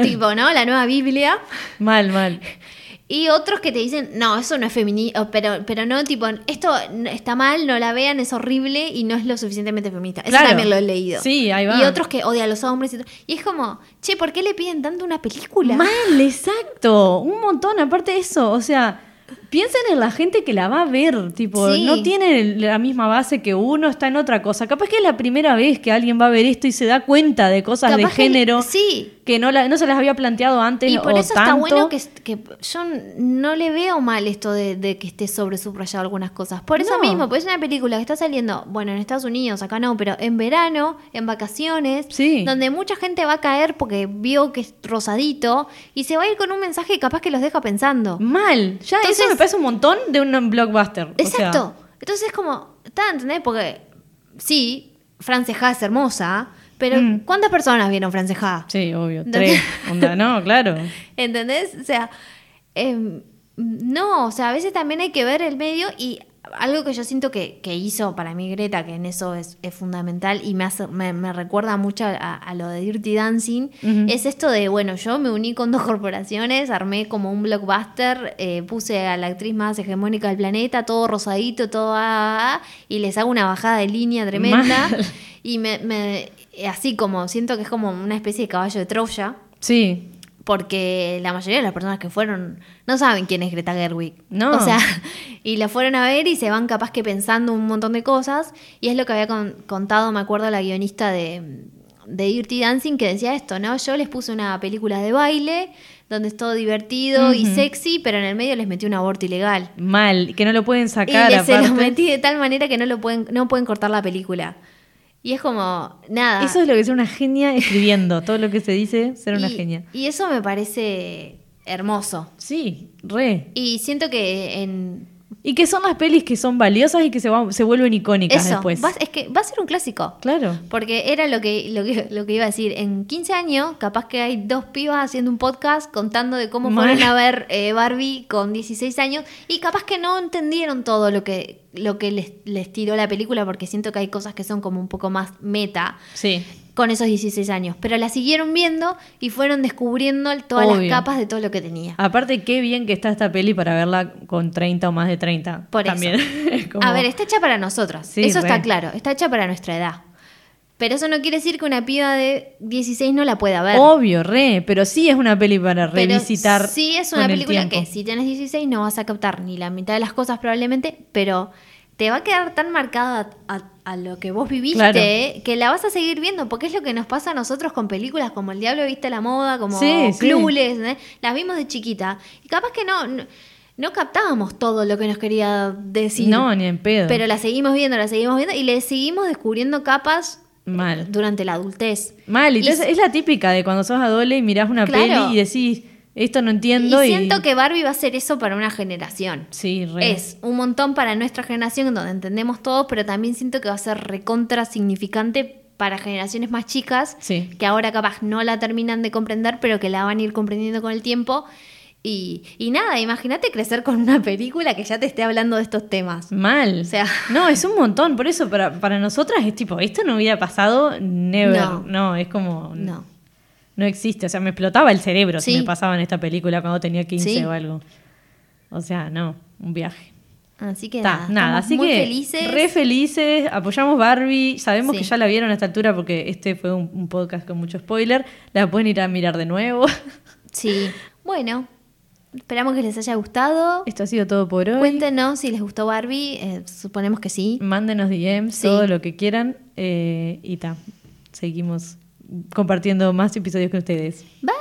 tipo, ¿no? La nueva Biblia.
mal mal
Y otros que te dicen, no, eso no es feminista, pero, pero no, tipo, esto n- está mal, no la vean, es horrible y no es lo suficientemente feminista. Eso
Claro.
también lo he leído.
Sí, ahí va.
Y otros que odian a los hombres. Y, to- y es como, che, ¿por qué le piden tanto una película?
mal exacto un montón aparte de eso o sea piensen en la gente que la va a ver tipo
Sí.
no tiene la misma base que uno está en otra cosa capaz que es la primera vez que alguien va a ver esto y se da cuenta de cosas de
Capaz que-
género
sí.
que no, la- no se las había planteado antes
Y por
o
eso está
tanto.
bueno que, es- que yo no le veo mal esto de, de que esté sobre subrayado algunas cosas. Por eso
No.
mismo, porque es una película que está saliendo, bueno, en Estados Unidos, acá no, pero en verano, en vacaciones,
Sí.
donde mucha gente va a caer porque vio que es rosadito y se va a ir con un mensaje que capaz que los deja
Mm,
pensando.
Mal. Ya
Entonces-
eso me parece un montón de un blockbuster. O sea,
Exacto. Entonces es como, ¿está entendés? Porque sí, Francejá es hermosa, pero
Mm.
¿cuántas personas vieron Francejá?
sí, obvio.
No-
Tres. Onda, no, claro.
¿Entendés? O sea, em, no, o sea, a veces también hay que ver el medio y algo que yo siento que, que hizo para mí Greta, que en eso es, es fundamental y me, hace- me, me recuerda mucho a, a lo de Dirty Dancing,
Ujú.
es esto de, bueno, yo me uní con dos corporaciones, armé como un blockbuster, eh, puse a la actriz más hegemónica del planeta, todo rosadito, todo, ah, ah, ah, y les hago una bajada de línea tremenda.
Mal.
Y me, me- así como, siento que es como una especie de caballo de Troya
Sí.
porque la mayoría de las personas que fueron no saben quién es Greta Gerwig.
No.
O sea, y la fueron a ver y se van capaz que pensando un montón de cosas. Y es lo que había con- contado, me acuerdo, la guionista de, de Dirty Dancing que decía esto, ¿no? Yo les puse una película de baile donde es todo divertido y
Ujú.
sexy, pero en el medio les metí un aborto ilegal.
Mal. Que no lo pueden
Y
sacar.
les se
aparte.
los metí de tal manera que no lo pueden, no pueden cortar la película. Y es como, nada.
Eso es lo que es una genia escribiendo. Todo lo que se dice, ser una
y-
genia.
Y eso me parece hermoso.
Sí, re.
Y siento que en
Y que son las pelis que son valiosas y que se, va- se vuelven icónicas
eso
después.
va- es que va a ser un clásico.
Claro.
Porque era lo que, lo, que, lo que iba a decir. En 15 años, capaz que hay dos pibas haciendo un podcast contando de cómo
Mal.
fueron a ver eh, Barbie con 16 años y capaz que no entendieron todo lo que, lo que les, les tiró la película porque siento que hay cosas que son como un poco más meta
Sí.
con esos 16 años. Pero la siguieron viendo y fueron descubriendo todas
Obvio.
las capas de todo lo que tenía.
Aparte, qué bien que está esta peli para verla con 30 o más de 30.
Por eso.
También. Es como-
A ver, está hecha para nosotras.
Sí,
eso está
re.
claro. Está hecha para nuestra edad. Pero eso no quiere decir que una piba de 16 no la pueda ver.
Obvio, re. Pero sí es una peli para
Pero
revisitar.
Sí, es una
con el
película
tiempo.
que si tienes 16 no vas a captar ni la mitad de las cosas probablemente, pero te va a quedar tan marcada a, a- a lo que vos viviste
Claro.
que la vas a seguir viendo, porque es lo que nos pasa a nosotros con películas como El Diablo Viste a la Moda, como
Sí, sí.
Clueless, ¿eh? las vimos de chiquita y capaz que no, no, no captábamos todo lo que nos quería decir.
No, ni en pedo.
Pero la seguimos viendo, la seguimos viendo y le seguimos descubriendo capas
Mal.
durante la adultez.
Mal. Y entonces
si-
es la típica de cuando sos adole y mirás una
Claro.
peli y decís, esto no
y
entiendo. Y,
siento que Barbie va a ser eso para una generación.
Sí, re.
Es un montón para nuestra generación donde entendemos todos, pero también siento que va a ser recontra significante para generaciones más chicas
Sí.
que ahora capaz no la terminan de comprender, pero que la van a ir comprendiendo con el tiempo. Y, y nada, imagínate crecer con una película que ya te esté hablando de estos temas.
Mal.
O sea-
No, es un montón. Por eso, para, para nosotras es tipo, esto no hubiera pasado never.
No.
No, es como.
No.
no existe. O sea, me explotaba el cerebro
Sí.
si me pasaba en esta película cuando tenía 15
Sí.
o algo. O sea, no. Un viaje.
Así que
Ta,
nada,
nada,
estamos
así
muy
que
felices.
re felices, apoyamos Barbie, sabemos
Sí.
que ya la vieron a esta altura porque este fue un, un podcast con mucho spoiler, la pueden ir a mirar de nuevo.
Sí. Bueno, esperamos que les haya gustado.
Esto ha sido todo por hoy.
Cuéntenos si les gustó Barbie. eh, suponemos que sí.
Mándenos DMs,
Sí.
todo lo que quieran eh, y ta, seguimos compartiendo más episodios con ustedes.
Bye.